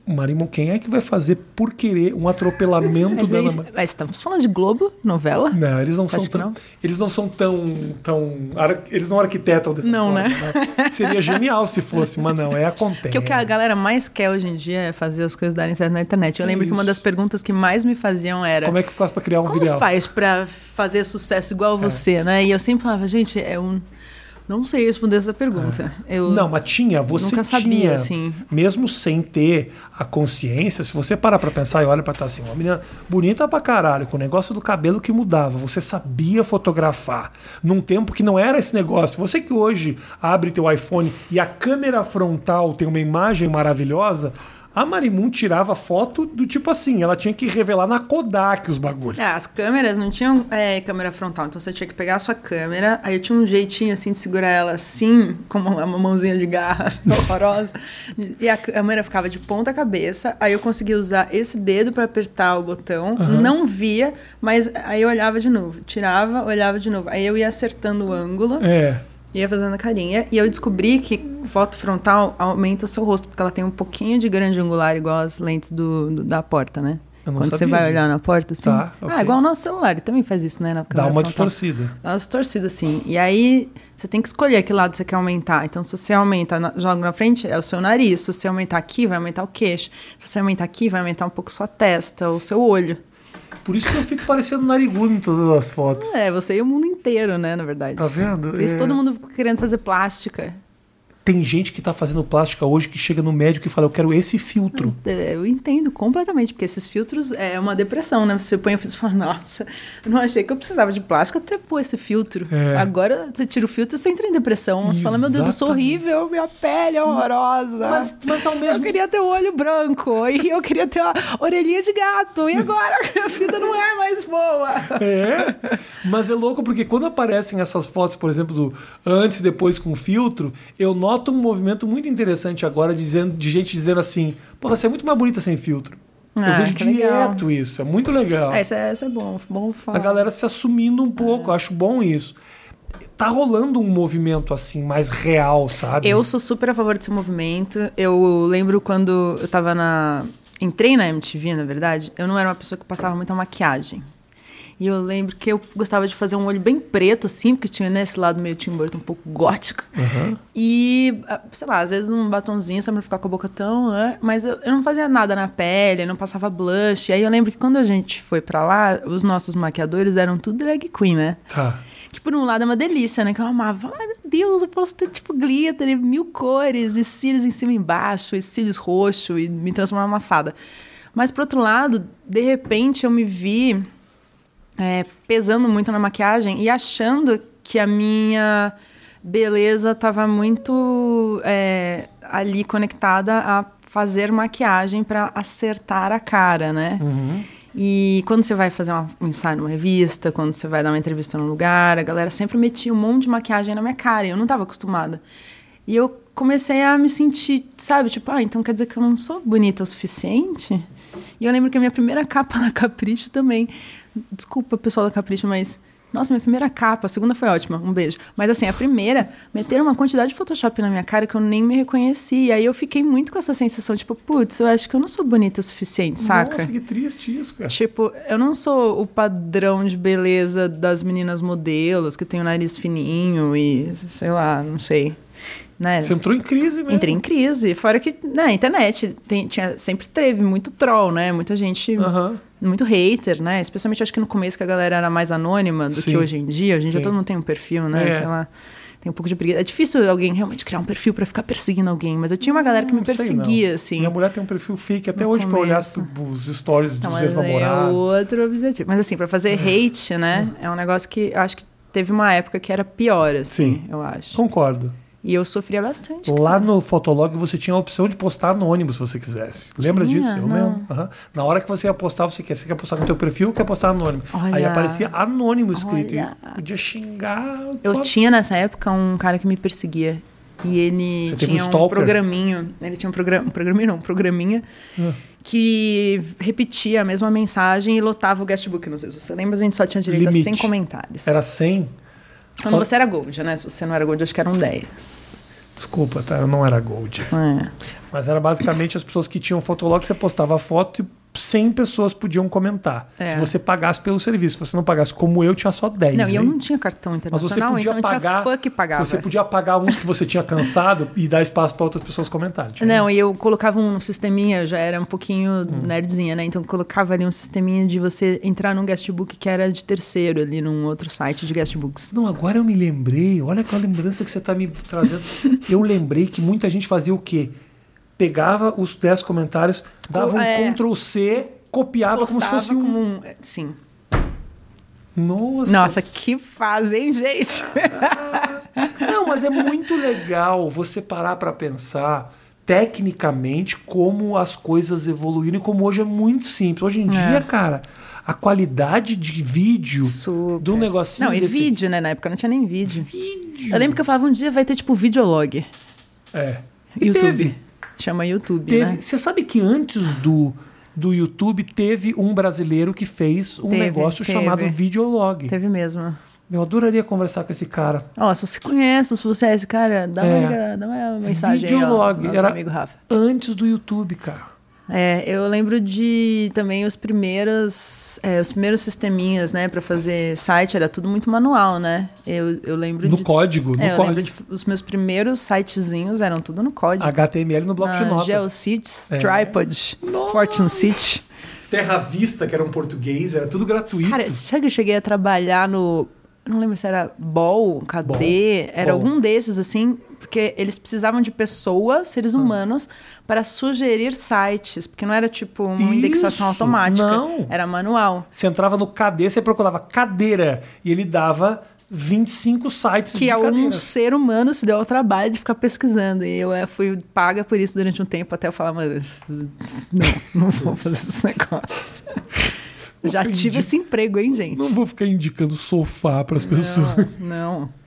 A: Marimo, quem é que vai fazer por querer um atropelamento
B: Mas,
A: da
B: é
A: Ana
B: isso-
A: Maria?
B: mas estamos falando de Globo, novela?
A: Não, eles não
B: Você
A: são
B: acha que
A: tão,
B: não?
A: eles não são tão, tão ar- eles não arquitetam dessa
B: Não,
A: forma,
B: né?
A: Seria genial se fosse, mas não, é acontece.
B: Porque o que a galera mais quer hoje em dia é fazer as coisas darem certo na internet. Eu lembro que uma
A: Isso.
B: das perguntas que mais me faziam era...
A: Como é que faz pra criar um
B: Como
A: viral? É.
B: faz pra fazer sucesso igual você, né? E eu sempre falava, gente, é um... Não sei responder essa pergunta. Eu
A: É. Não, mas tinha, você
B: nunca sabia,
A: tinha,
B: assim.
A: mesmo sem ter a consciência, se você parar pra pensar e olha pra estar assim, uma menina bonita pra caralho, com o negócio do cabelo que mudava, você sabia fotografar, num tempo que não era esse negócio. Você que hoje abre teu iPhone e a câmera frontal tem uma imagem maravilhosa, a Marimun tirava foto do tipo assim, ela tinha que revelar na Kodak os bagulhos.
B: É, as câmeras não tinham é, câmera frontal, então você tinha que pegar a sua câmera, aí tinha um jeitinho assim de segurar ela assim, com uma, uma mãozinha de garra assim, horrorosa, e a câmera ficava de ponta cabeça, aí eu conseguia usar esse dedo pra apertar o botão, não via, mas aí eu olhava de novo, tirava, olhava de novo, aí eu ia acertando o ângulo,
A: É.
B: ia fazendo a carinha, e eu descobri que foto frontal aumenta o seu rosto, porque ela tem um pouquinho de grande angular, igual as lentes do- do- da porta, né?
A: Eu não
B: Quando você
A: sabia
B: vai
A: disso.
B: olhar na porta, assim.
A: Tá, ok.
B: Ah, igual o nosso celular, ele também faz isso, né? Na
A: Dá
B: câmera
A: uma
B: frontal.
A: distorcida.
B: Dá uma distorcida, assim. E aí, você tem que escolher que lado você quer aumentar. Então, se você aumenta, na- joga na frente, é o seu nariz. Se você aumentar aqui, vai aumentar o queixo. Se você aumentar aqui, vai aumentar um pouco sua testa, o seu olho.
A: Por isso que eu fico parecendo narigudo em todas as fotos.
B: É, você e o mundo inteiro, né, na verdade.
A: Tá vendo?
B: Por isso
A: É.
B: todo mundo ficou querendo fazer plástica.
A: Tem gente que tá fazendo plástica hoje que chega no médico e fala, eu quero esse filtro.
B: É, Eu entendo completamente, porque esses filtros é uma depressão, né? Você põe o filtro e fala, nossa, eu não achei que eu precisava de plástico até pôr esse filtro.
A: É.
B: Agora você tira o filtro, você entra em depressão. Você fala, meu Deus, eu sou
A: Exatamente. Hum.
B: horrível, minha pele é horrorosa.
A: Mas, mas ao
B: Eu
A: mesmo
B: queria ter o olho branco e eu queria ter uma orelhinha de gato. E
A: Hum.
B: agora a vida não é mais boa.
A: É, mas é louco porque quando aparecem essas fotos, por exemplo, do antes e depois com filtro, eu noto um movimento muito interessante agora dizendo, de gente dizendo assim: pô, você é muito mais bonita sem filtro. eu
B: Ah,
A: vejo
B: que
A: direto isso, é muito legal.
B: É, isso é, isso é bom, bom falar.
A: A galera se assumindo um
B: É.
A: pouco, eu acho bom isso. Tá rolando um movimento assim, mais real, sabe?
B: Eu sou super a favor desse movimento. Eu lembro quando eu tava na. Entrei na MTV, na verdade, eu não era uma pessoa que passava muita maquiagem. E eu lembro que eu gostava de fazer um olho bem preto, assim, porque tinha nesse lado meio Tim Burton um pouco gótico. E, ah, sei lá, às vezes um batonzinho só pra não ficar com a boca tão, né? Mas eu, eu não fazia nada na pele, eu não passava blush. E aí eu lembro que quando a gente foi pra lá, os nossos maquiadores eram tudo drag queen, né?
A: Tá.
B: Que por um lado é uma delícia, né? Que eu amava. Ai, meu Deus, eu posso ter, tipo, glitter e mil cores, e cílios em cima e embaixo, e cílios roxo, e me transformar numa fada. Mas, por outro lado, de repente eu me vi é, pesando muito na maquiagem e achando que a minha beleza estava muito é, ali conectada a fazer maquiagem para acertar a cara, né?
A: Uhum.
B: E quando você vai fazer uma- um ensaio numa revista, quando você vai dar uma entrevista num lugar, a galera sempre metia um monte de maquiagem na minha cara e eu não estava acostumada. E eu comecei a me sentir, sabe? Tipo, ah, então quer dizer que eu não sou bonita o suficiente? E eu lembro que a minha primeira capa na Capricho também. Desculpa, pessoal da Capricho, mas. Nossa, minha primeira capa, a segunda foi ótima, um beijo. Mas assim, a primeira, meteram uma quantidade de Photoshop na minha cara que eu nem me reconheci. E aí eu fiquei muito com essa sensação, tipo, putz, eu acho que eu não sou bonita o suficiente, saca?
A: Nossa, que triste isso, cara.
B: Tipo, eu não sou o padrão de beleza das meninas modelos, que tem o nariz fininho e sei lá, não sei. Né?
A: Você entrou em crise mesmo.
B: Entrei em crise. Fora que na internet tem- tinha, sempre teve muito troll, né? Muita gente,
A: Aham.
B: muito hater, né? Especialmente acho que no começo que a galera era mais anônima do
A: Sim.
B: que hoje em dia. Hoje em dia
A: Sim.
B: todo mundo tem um perfil, né?
A: É.
B: Sei lá. Tem um pouco de briga. É difícil alguém realmente criar um perfil pra ficar perseguindo alguém, mas eu tinha uma galera que me
A: Não sei,
B: perseguia,
A: não.
B: assim.
A: Minha mulher tem um perfil fake até
B: No
A: hoje pra olhar
B: começo.
A: os stories
B: Não,
A: dos
B: mas aí é
A: ex-namorados.
B: outro objetivo. Mas assim, pra
A: É.
B: fazer hate, né? É um negócio que eu acho que teve uma época que era pior, assim,
A: Sim.
B: eu acho.
A: Concordo.
B: E eu sofria bastante.
A: Lá no Fotolog você tinha a opção de postar anônimo se você quisesse. Lembra
B: Tinha?
A: disso? Eu
B: Não.
A: lembro. Aham. Na hora que você ia postar, você quer, você quer postar no teu perfil ou quer postar anônimo? Aí
B: Olha.
A: aparecia anônimo escrito.
B: Olha.
A: E podia xingar.
B: Eu
A: tua-
B: tinha nessa época um cara que me perseguia. E ele
A: Você teve um
B: tinha um,
A: stalker?
B: programinho. Ele tinha um programa. Um programinho não, um programinha
A: Ah.
B: que repetia a mesma mensagem e lotava o guestbook. Não sei se você lembra, mas a gente só tinha direito a
A: Limite.
B: 100 comentários.
A: Era 100?
B: Quando
A: só-
B: você era gold, né? Se você não era gold, eu acho que eram 10.
A: Desculpa, tá? Eu não era gold.
B: É.
A: Mas era basicamente as pessoas que tinham Fotolog, você postava a foto e 100 pessoas podiam comentar.
B: É.
A: Se você pagasse pelo serviço. Se você não pagasse como eu, tinha só 10.
B: Não, e eu
A: hein?
B: não tinha cartão
A: Mas você
B: internacional,
A: podia
B: então eu tinha
A: pagar.
B: fã que pagava.
A: Você podia pagar uns que você tinha cansado e dar espaço para outras pessoas comentarem. tipo, tinha?
B: Não, e eu colocava um sisteminha, eu já era um pouquinho
A: Hum.
B: nerdzinha, né? Então eu colocava ali um sisteminha de você entrar num guestbook que era de terceiro ali num outro site de guestbooks.
A: Não, agora eu me lembrei. Olha qual lembrança que você está me trazendo. Eu lembrei que muita gente fazia o quê? Pegava os 10 comentários, dava um
B: é.
A: Ctrl C, copiava como se fosse um.
B: um... Sim.
A: Nossa.
B: Nossa, que fase, hein, gente?
A: Não, mas é muito legal você parar para pensar tecnicamente como as coisas evoluíram e como hoje é muito simples. Hoje
B: É.
A: em dia, cara, a qualidade de vídeo
B: Super.
A: do negocinho
B: Não, e
A: desse-
B: vídeo, né? Na época não tinha nem vídeo.
A: Vídeo.
B: Eu lembro que eu falava, um dia vai ter, tipo, videolog.
A: É. E
B: YouTube. né?
A: teve.
B: Chama YouTube,
A: Teve-
B: né?
A: Você sabe que antes do, do YouTube teve um brasileiro que fez um
B: Teve,
A: negócio
B: teve.
A: chamado Videolog.
B: Teve mesmo.
A: Eu adoraria conversar com esse cara.
B: Ó, se você conhece, se você é esse cara, dá,
A: É.
B: uma, liga- dá uma mensagem
A: Videolog,
B: aí, ó, nosso
A: era-
B: amigo Rafa.
A: Antes do YouTube, cara.
B: É, eu lembro de também os primeiros, é, os primeiros sisteminhas, né, para fazer site, era tudo muito manual, né? Eu, eu lembro
A: No
B: de...
A: código, no
B: É, eu lembro
A: código.
B: de, os meus primeiros sitezinhos eram tudo no código.
A: HTML no bloco de
B: Ah,
A: notas.
B: GeoCities,
A: É.
B: Tripod,
A: Nossa!
B: Fortune City.
A: Terra Vista, que era um português, era tudo gratuito.
B: Cara, sabe que eu cheguei a trabalhar no. eu Não lembro se era Ball, KD, era
A: Ball.
B: algum desses, assim, porque eles precisavam de pessoas, seres
A: Ah.
B: humanos, para sugerir sites, porque não era tipo uma indexação
A: Isso,
B: automática.
A: não.
B: Era manual.
A: Você entrava no KD, você procurava cadeira e ele dava 25 sites
B: Que
A: é
B: é um
A: de
B: algum
A: cadeiras.
B: ser humano se deu ao trabalho de ficar pesquisando. E eu eh, fui paga por isso durante um tempo, até eu falar, mano, isso- não, não vou fazer esse negócio. Já tive
A: Ofendi.
B: esse emprego, hein, gente?
A: Não vou ficar indicando sofá para as pessoas.
B: não. não.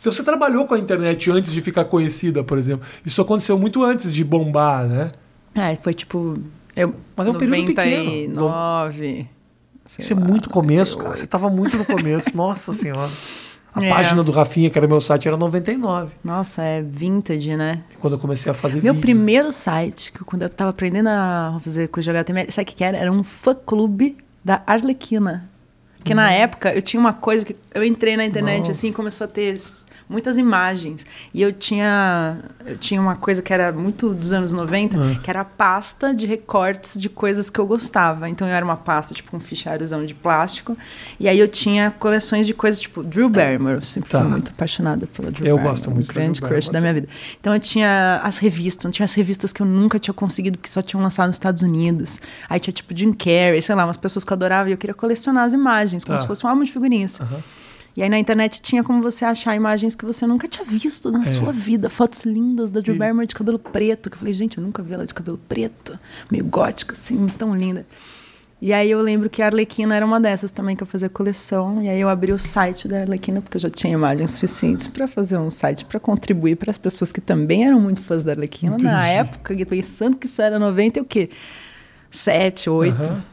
A: Então você trabalhou com a internet antes de ficar conhecida, por exemplo. Isso aconteceu muito antes de bombar, né?
B: É, foi tipo. Eu,
A: Mas é um período pequeno.
B: 99. sei
A: Isso é
B: lá,
A: muito começo,
B: 98.
A: cara. Você tava muito no começo. Nossa senhora. A
B: É.
A: página do Rafinha, que era meu site, era 99.
B: Nossa, é vintage, né?
A: Quando eu comecei a fazer
B: Meu
A: vídeo.
B: primeiro site, que eu- quando eu tava aprendendo a fazer coisa de HTML, sabe o que, que era? Era um fã-clube da Arlequina. Porque na época eu tinha uma coisa que eu entrei na internet
A: Uhum. Nossa.
B: assim e começou a ter s- muitas imagens. E eu tinha eu tinha uma coisa que era muito dos anos 90,
A: Ah.
B: que era a pasta de recortes de coisas que eu gostava. Então eu era uma pasta tipo um ficháriozão de plástico. E aí eu tinha coleções de coisas tipo Drew Barrymore, eu sempre
A: Tá.
B: fui muito apaixonada pela Drew
A: Eu
B: Barrymore,
A: gosto muito da
B: um grande
A: Drew
B: crush da
A: Barrymore.
B: minha minha vida. Então eu tinha as revistas, não tinha as revistas que eu nunca tinha conseguido, que só tinham lançado nos Estados Unidos. Aí tinha tipo Jim Carrey, sei lá, umas pessoas que eu adorava e eu queria colecionar as imagens, como
A: Tá.
B: se fosse um álbum de figurinhas.
A: Aham.
B: E aí na internet tinha como você achar imagens que você nunca tinha visto na sua vida. Fotos lindas da Drew
A: É. E-
B: Barrymore de cabelo preto. Que eu falei, gente, eu nunca vi ela de cabelo preto. Meio gótica, assim, tão linda. E aí eu lembro que a Arlequina era uma dessas também que eu fazia coleção. E aí eu abri o site da Arlequina, porque eu já tinha imagens suficientes para fazer um site para contribuir para as pessoas que também eram muito fãs da Arlequina. Na
A: Entendi.
B: época, pensando que isso era 90 e o quê? 7, 8.
A: Aham.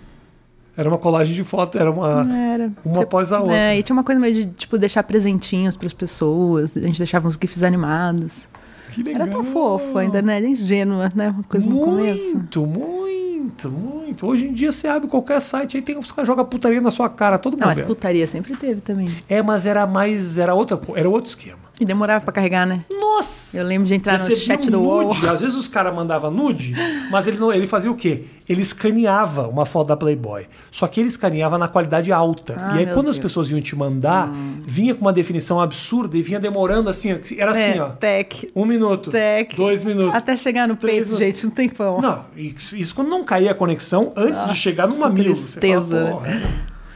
A: Era uma colagem de foto, era uma.
B: Era.
A: Uma
B: Você-
A: após a outra.
B: É, e tinha uma coisa meio de, tipo, deixar presentinhos pras pessoas. A gente deixava uns gifs animados.
A: Que legal.
B: Era tão fofo, a internet é ingênua, né? Uma coisa no começo.
A: Muito, muito, muito. Hoje em dia você abre qualquer site, aí tem os caras jogam putaria na sua cara, todo
B: Não, mas
A: mundo.
B: putaria sempre teve também.
A: É, mas era mais. Era, outra, co- era outro esquema.
B: E demorava pra carregar, né?
A: Nossa!
B: Eu lembro de entrar no
A: Recebia
B: chat
A: um
B: do UOL.
A: nude. Às vezes os caras mandavam nude, mas ele, não, ele fazia o quê? Ele escaneava uma foto da Playboy. Só que ele escaneava na qualidade alta.
B: Ah,
A: e aí,
B: meu
A: quando as
B: Deus. Hum.
A: pessoas iam te mandar, vinha com uma definição absurda e vinha demorando assim. ó, Era assim,
B: é,
A: ó.
B: Tec,
A: Um minuto.
B: tec.
A: Dois minutos.
B: Até chegar no
A: Três
B: peito,
A: minutos.
B: gente, um tempão.
A: Não, isso isso quando não caía a conexão antes de chegar no
B: que
A: mamilo.
B: tristeza, né?
A: Você fala, "Porra".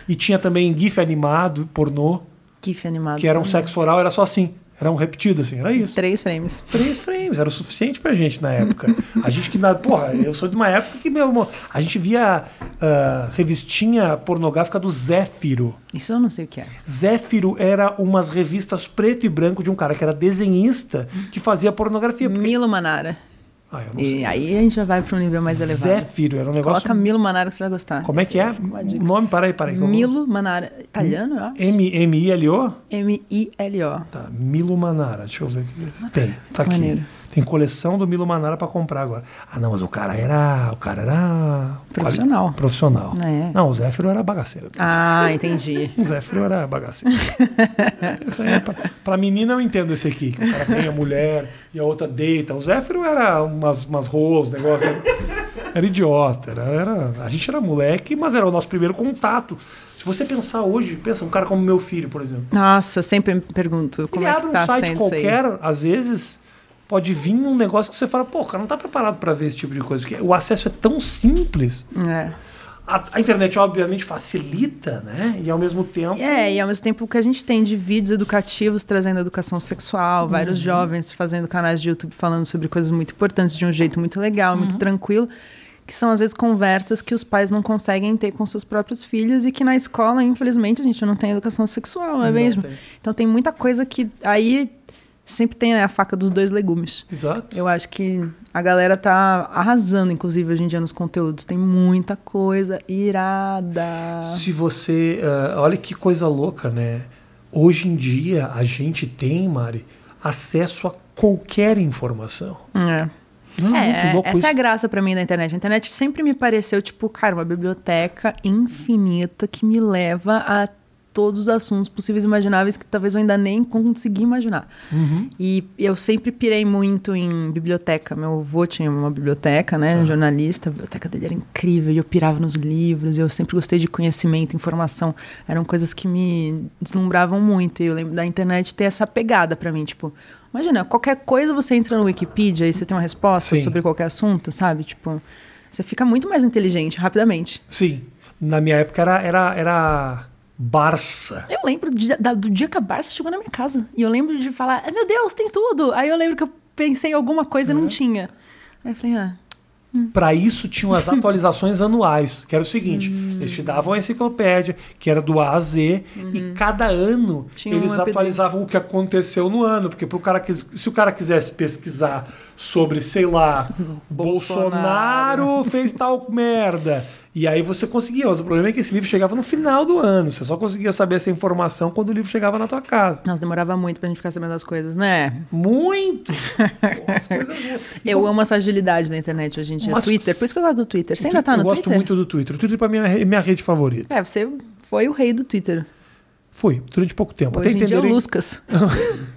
A: E tinha também GIF animado, pornô,
B: GIF animado.
A: que era um sexo oral, era só assim. Era um repetido, assim, era isso.
B: Três frames.
A: Três frames, era o suficiente pra gente na época. A gente que na. Porra, eu sou de uma época que, meu amor, a gente via ah, revistinha pornográfica do Zéfiro.
B: Isso eu não sei o que é.
A: Zéfiro era umas revistas preto e branco de um cara que era desenhista que fazia pornografia. Porque...
B: Milo Manara.
A: Ah, eu não sei.
B: E aí a gente já vai pra um nível mais elevado.
A: Zéfiro era um negócio.
B: Coloca Milo Manara que você vai gostar.
A: Como é que é?
B: Uma
A: O
B: dica.
A: nome, para aí, para aí. que eu vou-
B: Milo Manara. Italiano, ó.
A: M-M-I-L-O?
B: M-I-L-O.
A: Tá, Milo Manara. Deixa eu ver o que eles tem. Tá aqui.
B: Maneiro.
A: Tem coleção do Milo Manara pra comprar agora. Ah, não, mas o cara era. O cara era.
B: Profissional.
A: quali- Profissional.
B: É.
A: Não, o Zéfiro era bagaceiro.
B: Ah, entendi.
A: O Zéfiro era bagaceiro. Isso aí é pra, pra menina eu entendo esse aqui. que O cara tem a mulher e a outra deita. O Zéfiro era umas, umas rolas, negócio. Era, era idiota. Era, era- a gente era moleque, mas era o nosso primeiro contato. Se você pensar hoje, pensa um cara como meu filho, por exemplo.
B: Nossa, eu sempre me pergunto como
A: Ele
B: é
A: abre
B: que tá
A: um site
B: sendo
A: qualquer, às vezes, pode vir um negócio que você fala, pô, o cara não tá preparado para ver esse tipo de coisa, porque o acesso é tão simples.
B: isso aí.
A: A, a internet, obviamente, facilita, né? E ao mesmo tempo.
B: É. é, e ao mesmo tempo o que a gente tem de vídeos educativos trazendo educação sexual, vários
A: Uhum.
B: jovens fazendo canais de YouTube falando sobre coisas muito importantes de um jeito muito legal,
A: Uhum.
B: muito tranquilo, que são às vezes conversas que os pais não conseguem ter com seus próprios filhos e que na escola, infelizmente, a gente não tem educação sexual, não é
A: Não
B: mesmo?
A: tem.
B: Então tem muita coisa que aí sempre tem né, a faca dos dois legumes.
A: Exato.
B: Eu acho que a galera tá arrasando, inclusive, hoje em dia nos conteúdos. Tem muita coisa irada.
A: Se você. ah, olha que coisa louca, né? Hoje em dia, a gente tem, Mari, acesso a qualquer informação.
B: É,
A: Não é,
B: É,
A: muito louco
B: essa
A: isso?
B: é a graça pra mim da internet. A internet sempre me pareceu, tipo, cara, uma biblioteca infinita que me leva a todos os assuntos possíveis e imagináveis que talvez eu ainda nem consegui imaginar. E eu sempre pirei muito em biblioteca. Meu avô tinha uma biblioteca, né? Jornalista. A biblioteca dele era incrível. E eu pirava nos livros. Eu sempre gostei de conhecimento, informação. Eram coisas que me deslumbravam muito. E eu lembro da internet ter essa pegada pra mim. Tipo, imagina, qualquer coisa você entra no Wikipedia e você tem uma resposta
A: Sim.
B: sobre qualquer assunto, sabe? Tipo, você fica muito mais inteligente rapidamente.
A: Sim. Na minha época era, era, era Barça.
B: Eu lembro de- da- do dia que a Barça chegou na minha casa. E eu lembro de falar, "Ah, meu Deus, tem tudo. Aí eu lembro que eu pensei em alguma coisa
A: Uhum.
B: e não tinha. Aí eu falei, ah,
A: Para isso tinham as atualizações anuais, que era o seguinte:
B: Hum.
A: eles te davam a enciclopédia, que era do A a Z, e cada ano
B: Uhum. Tinha
A: eles
B: um update.
A: atualizavam o que aconteceu no ano, porque pro cara quis- se o cara quisesse pesquisar sobre, sei lá,
B: Bolsonaro.
A: Bolsonaro, fez tal merda. E aí você conseguia, mas o problema é que esse livro chegava no final do ano, você só conseguia saber essa informação quando o livro chegava na tua casa.
B: nossa, demorava muito pra gente ficar sabendo as coisas, né?
A: Muito! Pô, as coisas boas.
B: Eu amo essa agilidade da internet hoje em dia.
A: Mas-
B: Twitter, por isso que eu gosto do Twitter. Você ainda tá
A: eu
B: no
A: gosto
B: Twitter?
A: muito do Twitter. O Twitter pra mim é minha rede favorita.
B: É, você foi o rei do Twitter.
A: Foi, durante pouco tempo.
B: Hoje
A: Até
B: em dia é o
A: entenderem.
B: Luscas.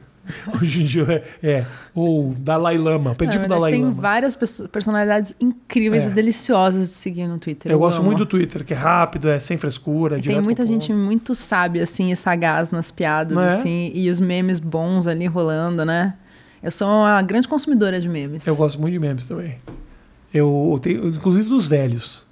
A: Hoje em dia é. é. Ou Dalai Lama. Perdi
B: Na
A: pro tipo
B: verdade,
A: Dalai
B: É, tem
A: Lama.
B: várias perso- personalidades incríveis
A: É.
B: e deliciosas de seguir no Twitter.
A: Eu, gosto
B: amo.
A: muito do Twitter, que é rápido, é sem frescura, é direto
B: Tem
A: ao
B: muita
A: ponto.
B: gente muito sábia, assim, e sagaz nas piadas,
A: Não é?
B: assim, e os memes bons ali rolando, né? Eu sou uma grande consumidora de memes.
A: Eu gosto muito de memes também. Eu, eu tenho, inclusive dos velhos.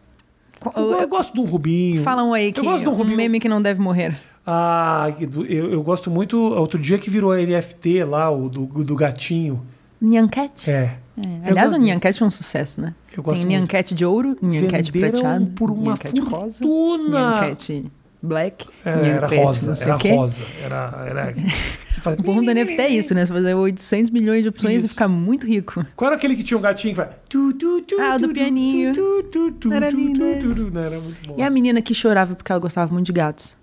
B: Co-
A: Eu,
B: eu-
A: eu gosto de um Rubinho.
B: Falam aí que
A: gosto do
B: um
A: Rubinho.
B: meme que não deve morrer.
A: a. Ah, Eu, eu gosto muito. Outro dia que virou a NFT lá, o do, do gatinho.
B: Nyanquete?
A: É.
B: É.
A: Eu
B: Aliás, o
A: gosto-
B: Nyanquete é um sucesso, né?
A: Eu gosto
B: Tem
A: muito.
B: Nyanquete de ouro, Nyanquete
A: Venderam
B: prateado,
A: por uma
B: Nyanquete rosa,
A: fortuna.
B: Nyanquete black,
A: É, era
B: Nyanquete não
A: rosa,
B: sei
A: era
B: o quê.
A: rosa. Era. era... que faz- um
B: O bom da NFT é isso, né? Você fazer 800 milhões de opções
A: Isso.
B: e ficar muito rico.
A: Qual era aquele que tinha um gatinho que vai.
B: Ah, o do pianinho. Era lindo esse.
A: Não, era muito bom.
B: E a menina que chorava porque ela gostava muito de gatos.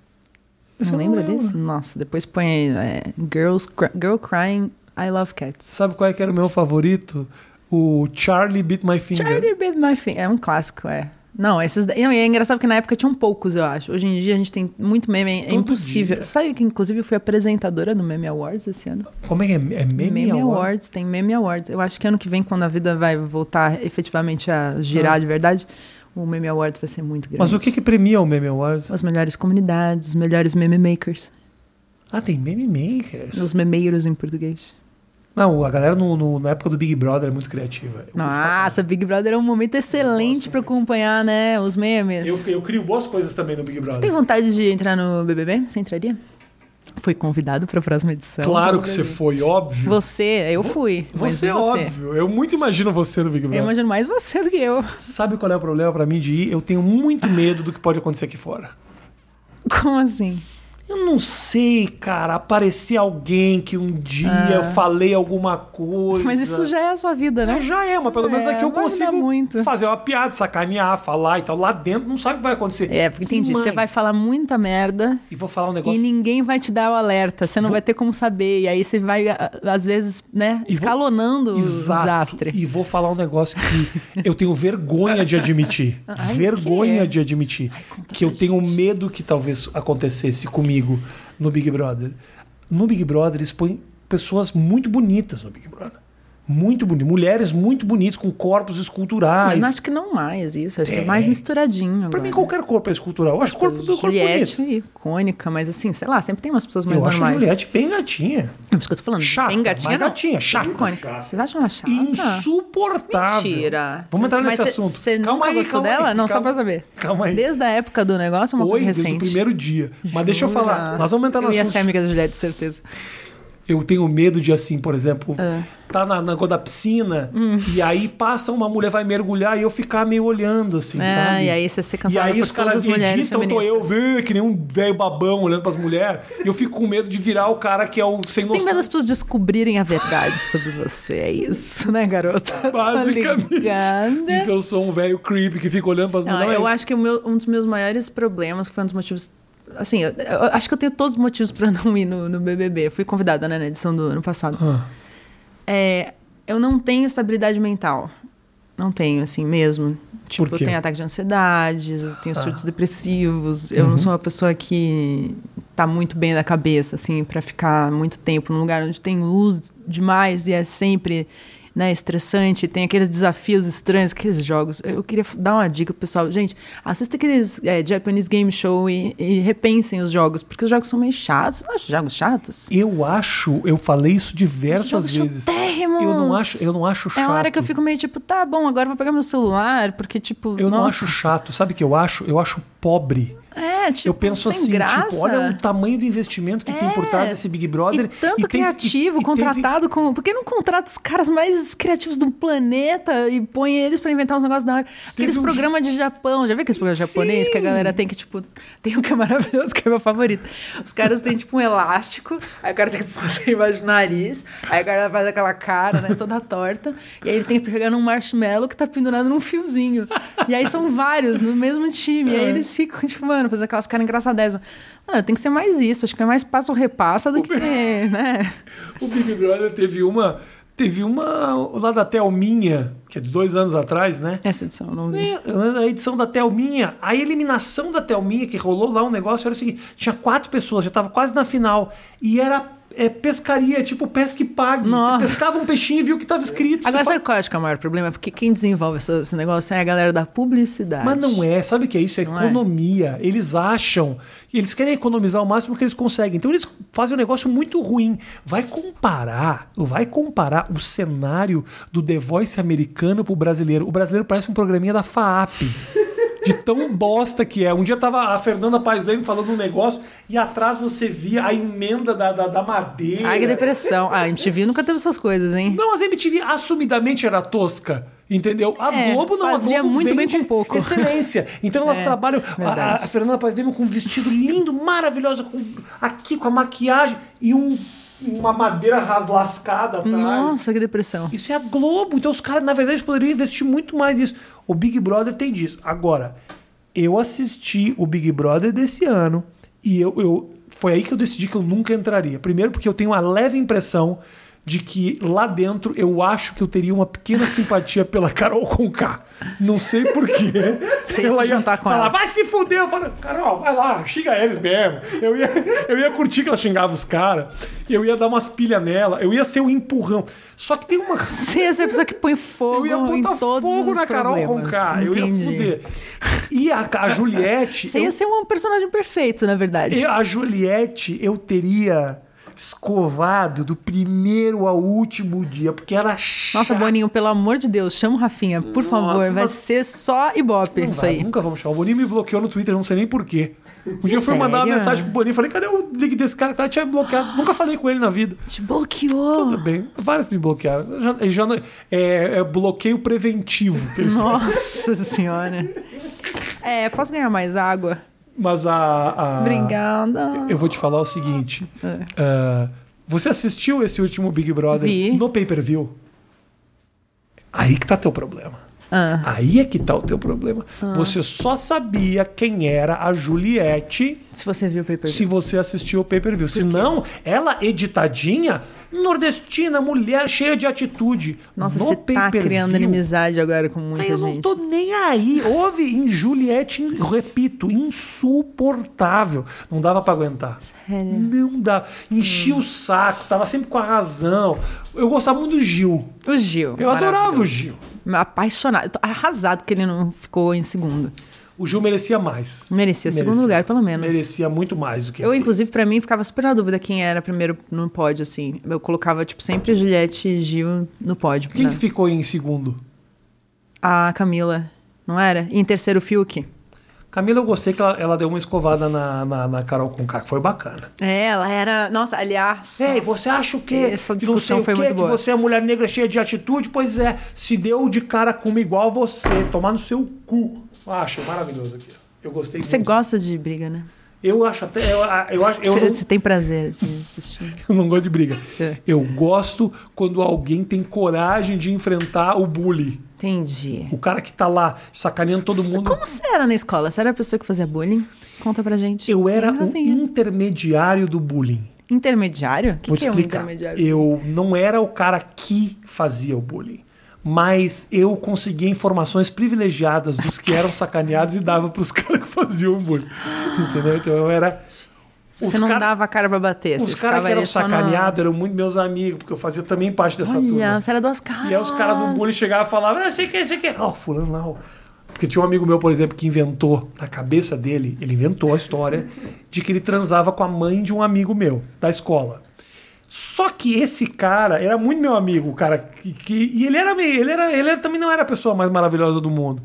A: Esse
B: Não
A: eu não
B: lembra
A: lembro.
B: desse? Nossa, depois põe aí. é, Girls, Cry- Girl Crying, I Love Cats.
A: Sabe qual é que era o meu favorito? O Charlie Beat My Finger.
B: Charlie Bit My Finger. É um clássico, é. Não, esses. da- Não, e é engraçado que na época tinham poucos, eu acho. Hoje em dia a gente tem muito meme, é
A: Todo
B: impossível.
A: dia.
B: Sabe que, inclusive, eu fui apresentadora do Meme Awards esse ano?
A: Como é que é? É Meme, Award?
B: Awards, tem Meme Awards. Eu acho que ano que vem, quando a vida vai voltar efetivamente a girar de verdade, o Meme Awards vai ser muito grande.
A: Ah. Mas o que que premia o Meme Awards?
B: As melhores comunidades, os melhores meme makers,
A: Ah, tem Meme Makers.
B: os memeiros em português.
A: Não, a galera no, no- na época do Big Brother é muito criativa. Eu
B: Nossa, Big Brother é um momento excelente
A: Nossa, é
B: pra
A: muito.
B: acompanhar, né, os memes.
A: Eu, eu crio boas coisas também no Big
B: Você tem
A: Brother.
B: vontade de entrar no BBB? Você entraria? Foi convidado pra próxima edição.
A: Claro que você foi, óbvio.
B: um Você, eu fui. mas
A: Você é
B: e
A: óbvio. Eu muito imagino você no Big
B: Eu
A: Brother.
B: imagino mais você do que eu.
A: Sabe qual é o problema pra mim de ir? Eu tenho muito medo do que pode acontecer aqui fora.
B: Como assim?
A: Eu não sei, cara. Aparecer alguém que um dia eu falei alguma coisa.
B: É. Mas isso já é a sua vida, né?
A: Não, já é, mas pelo menos
B: É,
A: aqui eu
B: vai mudar
A: consigo
B: muito.
A: fazer uma piada, sacanear, falar e tal. Lá dentro não sabe o que vai acontecer.
B: É, porque entendi. Você
A: Demais.
B: vai falar muita merda
A: E vou falar um
B: e
A: negócio.
B: ninguém vai te dar o alerta. Você não
A: Vou-
B: vai ter como saber. E aí você vai, a- às vezes, né,
A: E vou-
B: escalonando o
A: Exato.
B: desastre.
A: E vou falar um negócio que eu tenho vergonha de admitir.
B: Ai,
A: vergonha
B: que?
A: de admitir.
B: conta
A: que eu
B: pra
A: tenho medo que talvez acontecesse comigo no Big Brother. No Big Brother, eles põem pessoas muito bonitas no Big Brother. Muito bonitas. Mulheres muito bonitas, com corpos esculturais.
B: Mas acho que não é mais isso. Acho que é
A: É.
B: mais misturadinho.
A: Pra mim,
B: agora.
A: qualquer corpo é escultural. Eu acho o corpo do corpo
B: Juliette,
A: bonito.
B: icônica, mas assim, sei lá, sempre tem umas pessoas mais
A: Eu acho a
B: normais.
A: Juliette bem gatinha.
B: É por isso que eu tô falando.
A: Chata,
B: tem gatinha,
A: mas
B: não.
A: gatinha,
B: Tem
A: chata.
B: icônica. Vocês acham ela chata?
A: Insuportável.
B: Tá. Mentira.
A: Vamos entrar
B: Mas
A: nesse
B: cê-
A: assunto.
B: Você
A: Calma
B: nunca
A: aí,
B: gostou
A: calma aí,
B: dela? não, só
A: calma-
B: pra saber.
A: Calma aí.
B: Desde a época do negócio, é uma
A: Oi,
B: coisa
A: desde o
B: recente.
A: primeiro dia. Mas deixa eu
B: Jura?
A: falar. Nós vamos entrar no
B: Eu ia
A: assunto.
B: ser amiga da Juliette, certeza.
A: Eu tenho medo de, assim, por exemplo,
B: É. Hum.
A: tá na, na coisa da piscina e aí passa uma mulher, vai mergulhar e eu ficar meio olhando, assim,
B: É,
A: sabe?
B: e aí você ser
A: E
B: cancelado
A: aí
B: por
A: os
B: todas
A: caras
B: as mulheres
A: editam, tô eu
B: feministas.
A: vê, que nem um velho babão olhando pras mulheres. E eu fico com medo de virar o cara que é o sem
B: Você tem
A: noção.
B: medo das pessoas descobrirem a verdade sobre você, é isso, né, garota? Tá
A: Basicamente.
B: ligada?
A: E que eu sou um velho creepy que fica olhando pras
B: Não,
A: mulheres.
B: eu acho que o meu- um dos meus maiores problemas, que foi um dos motivos. Assim, eu, eu acho que eu tenho todos os motivos pra não ir no, no BBB. Eu fui convidada né, na edição do ano passado.
A: Ah.
B: É, eu não tenho estabilidade mental. Não tenho, assim mesmo. Tipo,
A: Por quê? Ah.
B: eu tenho ataque de ansiedade, eu tenho surtos depressivos.
A: Uhum.
B: Eu não sou uma pessoa que tá muito bem da cabeça, assim, pra ficar muito tempo num lugar onde tem luz demais e é sempre né, estressante, tem aqueles desafios estranhos, aqueles jogos. Eu queria f- dar uma dica pro pessoal. Gente, assista aqueles é, Japanese Game Show e, e repensem os jogos, porque os jogos são meio chatos. Você não acha jogos chatos? é
A: Eu acho, eu falei isso diversas
B: Jogos
A: vezes.
B: chatérrimos.
A: Eu não acho, eu não acho chato.
B: É a hora que eu fico meio tipo, tá bom, agora eu vou pegar meu celular, porque tipo.
A: Eu não
B: nossa,
A: acho chato, sabe o que eu acho? Eu acho pobre.
B: É, tipo,
A: eu penso
B: sem
A: assim,
B: graça.
A: tipo, olha o tamanho do investimento que tem por
B: É.
A: trás desse Big Brother.
B: E tanto
A: tem-
B: criativo,
A: e- e
B: contratado com. Por que não contrata os caras mais criativos do planeta e põe eles pra inventar uns negócios da hora? Aqueles
A: um
B: programas de Japão, já viu aqueles programas japoneses que a galera tem que, tipo, tem um que é maravilhoso, que é meu favorito. Os caras têm, tipo, um elástico, aí o cara tem que passar embaixo do nariz, aí o cara faz aquela cara, né, toda torta, e aí ele tem que pegar um marshmallow que tá pendurado num fiozinho. E aí são vários no mesmo time, e
A: É.
B: aí eles ficam, tipo, mano, fazendo aquelas caras engraçadésimas. Mano, tem que ser mais isso, acho que é mais passa-repassa do que, né?
A: teve- o Big Brother teve uma. Teve uma lá da Thelminha, que é de dois anos atrás, né?
B: Essa edição eu não vi.
A: É, A edição da Thelminha, a eliminação da Thelminha que rolou lá, um negócio era o seguinte: tinha quatro pessoas, já tava quase na final. E era é, pescaria, tipo pesca e pague.
B: Nossa.
A: Você pescava um peixinho e viu o que tava escrito.
B: Agora,
A: você
B: sabe qual eu acho que é o maior problema? Porque quem desenvolve essa- esse negócio é a galera da publicidade.
A: Mas não é, sabe o que é isso? É
B: Não é?
A: economia. Eles acham, eles querem economizar o máximo que eles conseguem. Então eles fazem um negócio muito ruim. Vai comparar, vai comparar o cenário do The Voice americano pro brasileiro. O brasileiro parece um programinha da FAAP. de tão bosta que é. Um dia tava a Fernanda Paes Leme falando um negócio e atrás você via a emenda da, da, da madeira.
B: Ai, que depressão. Ah, a MTV nunca teve essas coisas, hein?
A: Não, mas a MTV assumidamente era tosca. Entendeu? A
B: É,
A: Globo não,
B: fazia
A: a Globo
B: muito bem
A: vende
B: com pouco.
A: Excelência. Então elas
B: É,
A: trabalham. a- A,
B: verdade.
A: a Fernanda Paes Leme com um vestido lindo, maravilhosa, com, aqui com a maquiagem e um- uma madeira raslascada atrás.
B: Nossa, que depressão.
A: Isso é a Globo. Então os caras, na verdade, poderiam investir muito mais nisso. O Big Brother tem disso. Agora, eu assisti o Big Brother desse ano e eu, eu- foi aí que eu decidi que eu nunca entraria. Primeiro, porque eu tenho uma leve impressão de que lá dentro eu acho que eu teria uma pequena simpatia pela Carol Conká. Não sei porquê.
B: Você ia se juntar com
A: falar,
B: ela.
A: vai se fuder. Eu falo, Carol, vai lá, xinga eles mesmo. Eu ia, eu ia curtir que ela xingava os caras. Eu ia dar umas pilhas nela. Eu ia ser um empurrão. Só que tem uma...
B: Você ia ser a pessoa que põe
A: Eu
B: fogo
A: ia
B: em
A: botar
B: todos
A: fogo
B: os
A: na Carol
B: problemas.
A: Conká. Eu ia
B: Entendi.
A: fuder. E a, a Juliette...
B: Você ia ser um personagem perfeito, na verdade.
A: eu- a Juliette eu teria escovado do primeiro ao último dia, porque era
B: Nossa,
A: chata.
B: Boninho, pelo amor de Deus, chama o Rafinha, por favor. Vai
A: mas-
B: ser só Ibope
A: Não
B: isso
A: vai, né?
B: aí.
A: Nunca vamos chamar. O Boninho me bloqueou no Twitter, não sei nem porquê. Um dia eu fui mandar uma
B: Sério?
A: mensagem pro Boninho, falei, cadê o link desse cara? O cara tinha me bloqueado. Nunca falei com ele na vida.
B: Te bloqueou.
A: Tudo bem, vários me bloquearam. Eu Já, eu já não- é, é bloqueio preventivo. que ele fala.
B: Nossa senhora. É, posso ganhar mais água?
A: Mas a, a-
B: Obrigada. É.
A: Eu vou te falar o seguinte. Ah, você assistiu esse último Big Brother
B: Vi.
A: no pay-per-view? Aí que tá teu problema.
B: Ah,
A: Aí é que tá o teu problema. Você só sabia quem era a Juliette
B: se você viu o pay per
A: se você assistiu o pay-per-view. Se não, ela editadinha, nordestina, mulher cheia de atitude.
B: Nossa,
A: no
B: você tá
A: pay-per-view,
B: criando inimizade agora com
A: Aí
B: muita
A: Eu não
B: gente.
A: tô nem aí. Houve em Juliette, in- repito, insuportável. Não dava pra aguentar.
B: Sério?
A: Não dá. Enchia o saco, tava sempre com a razão. Eu gostava muito do Gil.
B: O Gil.
A: Eu adorava o
B: maravilhoso.
A: Gil.
B: Apaixonado. Tô arrasado que ele não ficou em segundo.
A: O Gil merecia mais.
B: Merecia segundo lugar, pelo menos.
A: Merecia muito mais do que
B: Eu,
A: ele.
B: inclusive, pra mim, ficava super na dúvida quem era primeiro no pódio, assim. Eu colocava, tipo, sempre Juliette e Gil no pódio.
A: Quem
B: né?
A: que ficou em segundo?
B: A Camila, não era? E em terceiro, o Fiuk.
A: Camila, eu gostei que ela, ela deu uma escovada na, na, na Carol Conká, que foi bacana.
B: É, ela era... Nossa, aliás...
A: Ei, você acha o quê?
B: Essa
A: Que não sei
B: discussão
A: o
B: foi
A: quê,
B: muito
A: que
B: boa.
A: você é mulher negra cheia de atitude? Pois é, se deu de cara com uma igual a você, tomar no seu cu. Eu acho maravilhoso aqui. Eu gostei
B: Você
A: é muito.
B: gosta de briga, né?
A: Eu acho até. Eu, eu acho, eu,
B: Você,
A: não,
B: você tem prazer, assim, em assistir.
A: eu não gosto de briga.
B: É.
A: Eu gosto quando alguém tem coragem de enfrentar o bully.
B: Entendi.
A: O cara que tá lá sacaneando todo mundo.
B: Como assim? você era na escola? Você era a pessoa que fazia bullying? Conta pra gente.
A: Eu era o
B: Rafinha.
A: intermediário do bullying.
B: Intermediário? O que,
A: Vou
B: que
A: te
B: é um
A: explicar.
B: intermediário?
A: eu não era o cara que fazia o bullying, mas eu conseguia informações privilegiadas dos que eram sacaneados e dava para os caras que faziam o bullying. Entendeu? Então eu era.
B: Você não
A: cara-
B: dava a cara pra bater.
A: Os
B: você
A: caras
B: ficava
A: que eram
B: ali só na-
A: sacaneados eram muito meus amigos, porque eu fazia também parte dessa
B: Olha,
A: turma.
B: você era duas caras.
A: E aí os caras do bullying chegavam e falavam, ah, sei que, sei que. Ó, fulano lá, ó. Porque tinha um amigo meu, por exemplo, que inventou, na cabeça dele, ele inventou a história de que ele transava com a mãe de um amigo meu, da escola. Só que esse cara era muito meu amigo, o cara que, que- e ele era meio, ele era, ele era- também não era a pessoa mais maravilhosa do mundo.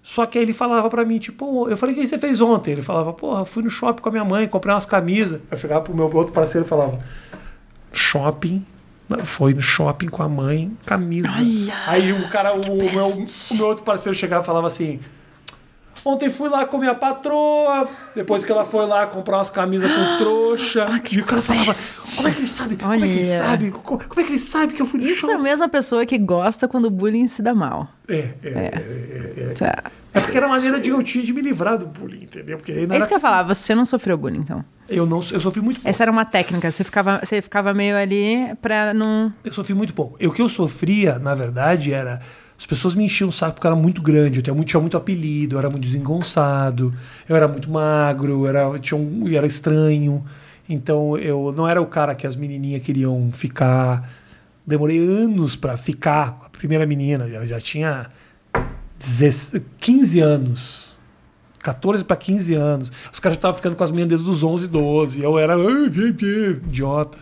A: Só que aí ele falava pra mim, tipo, "Pô", eu falei, o que você fez ontem? Ele falava, porra, fui no shopping com a minha mãe, comprei umas camisas. Eu chegava pro meu outro parceiro e falava, shopping. Foi no shopping com a mãe, camisa. Aí o cara, o, o meu, o meu outro parceiro chegava e falava assim: Ontem fui lá com minha patroa, depois que ela foi lá comprar umas camisas com trouxa. e o cara falava: Como é que ele sabe? Como é que ele
B: Olha.
A: sabe? Co- Como é que ele sabe que eu fui no
B: Isso é
A: shopping?
B: mesmo a pessoa que gosta quando o bullying se dá mal.
A: É, é, é.
B: Tá.
A: É porque era a maneira de eu tinha de me livrar do bullying, entendeu? Porque aí não
B: É isso É
A: era,
B: que eu ia falar, você não sofreu bullying, então.
A: eu não eu sofri muito pouco.
B: Essa era uma técnica, você ficava, você ficava meio ali pra não.
A: Eu sofri muito pouco. E o que eu sofria, na verdade, era. As pessoas me enchiam o saco porque eu era muito grande, eu tinha muito, tinha muito apelido, eu era muito desengonçado, eu era muito magro, eu era, eu tinha um, eu era estranho. Então eu não era o cara que as menininhas queriam ficar. Demorei anos pra ficar com a primeira menina, ela já tinha 16 15 anos. 14 pra 15 anos. Os caras já estavam ficando com as meninas desde os 11, 12. Eu era "Ai, que- que idiota.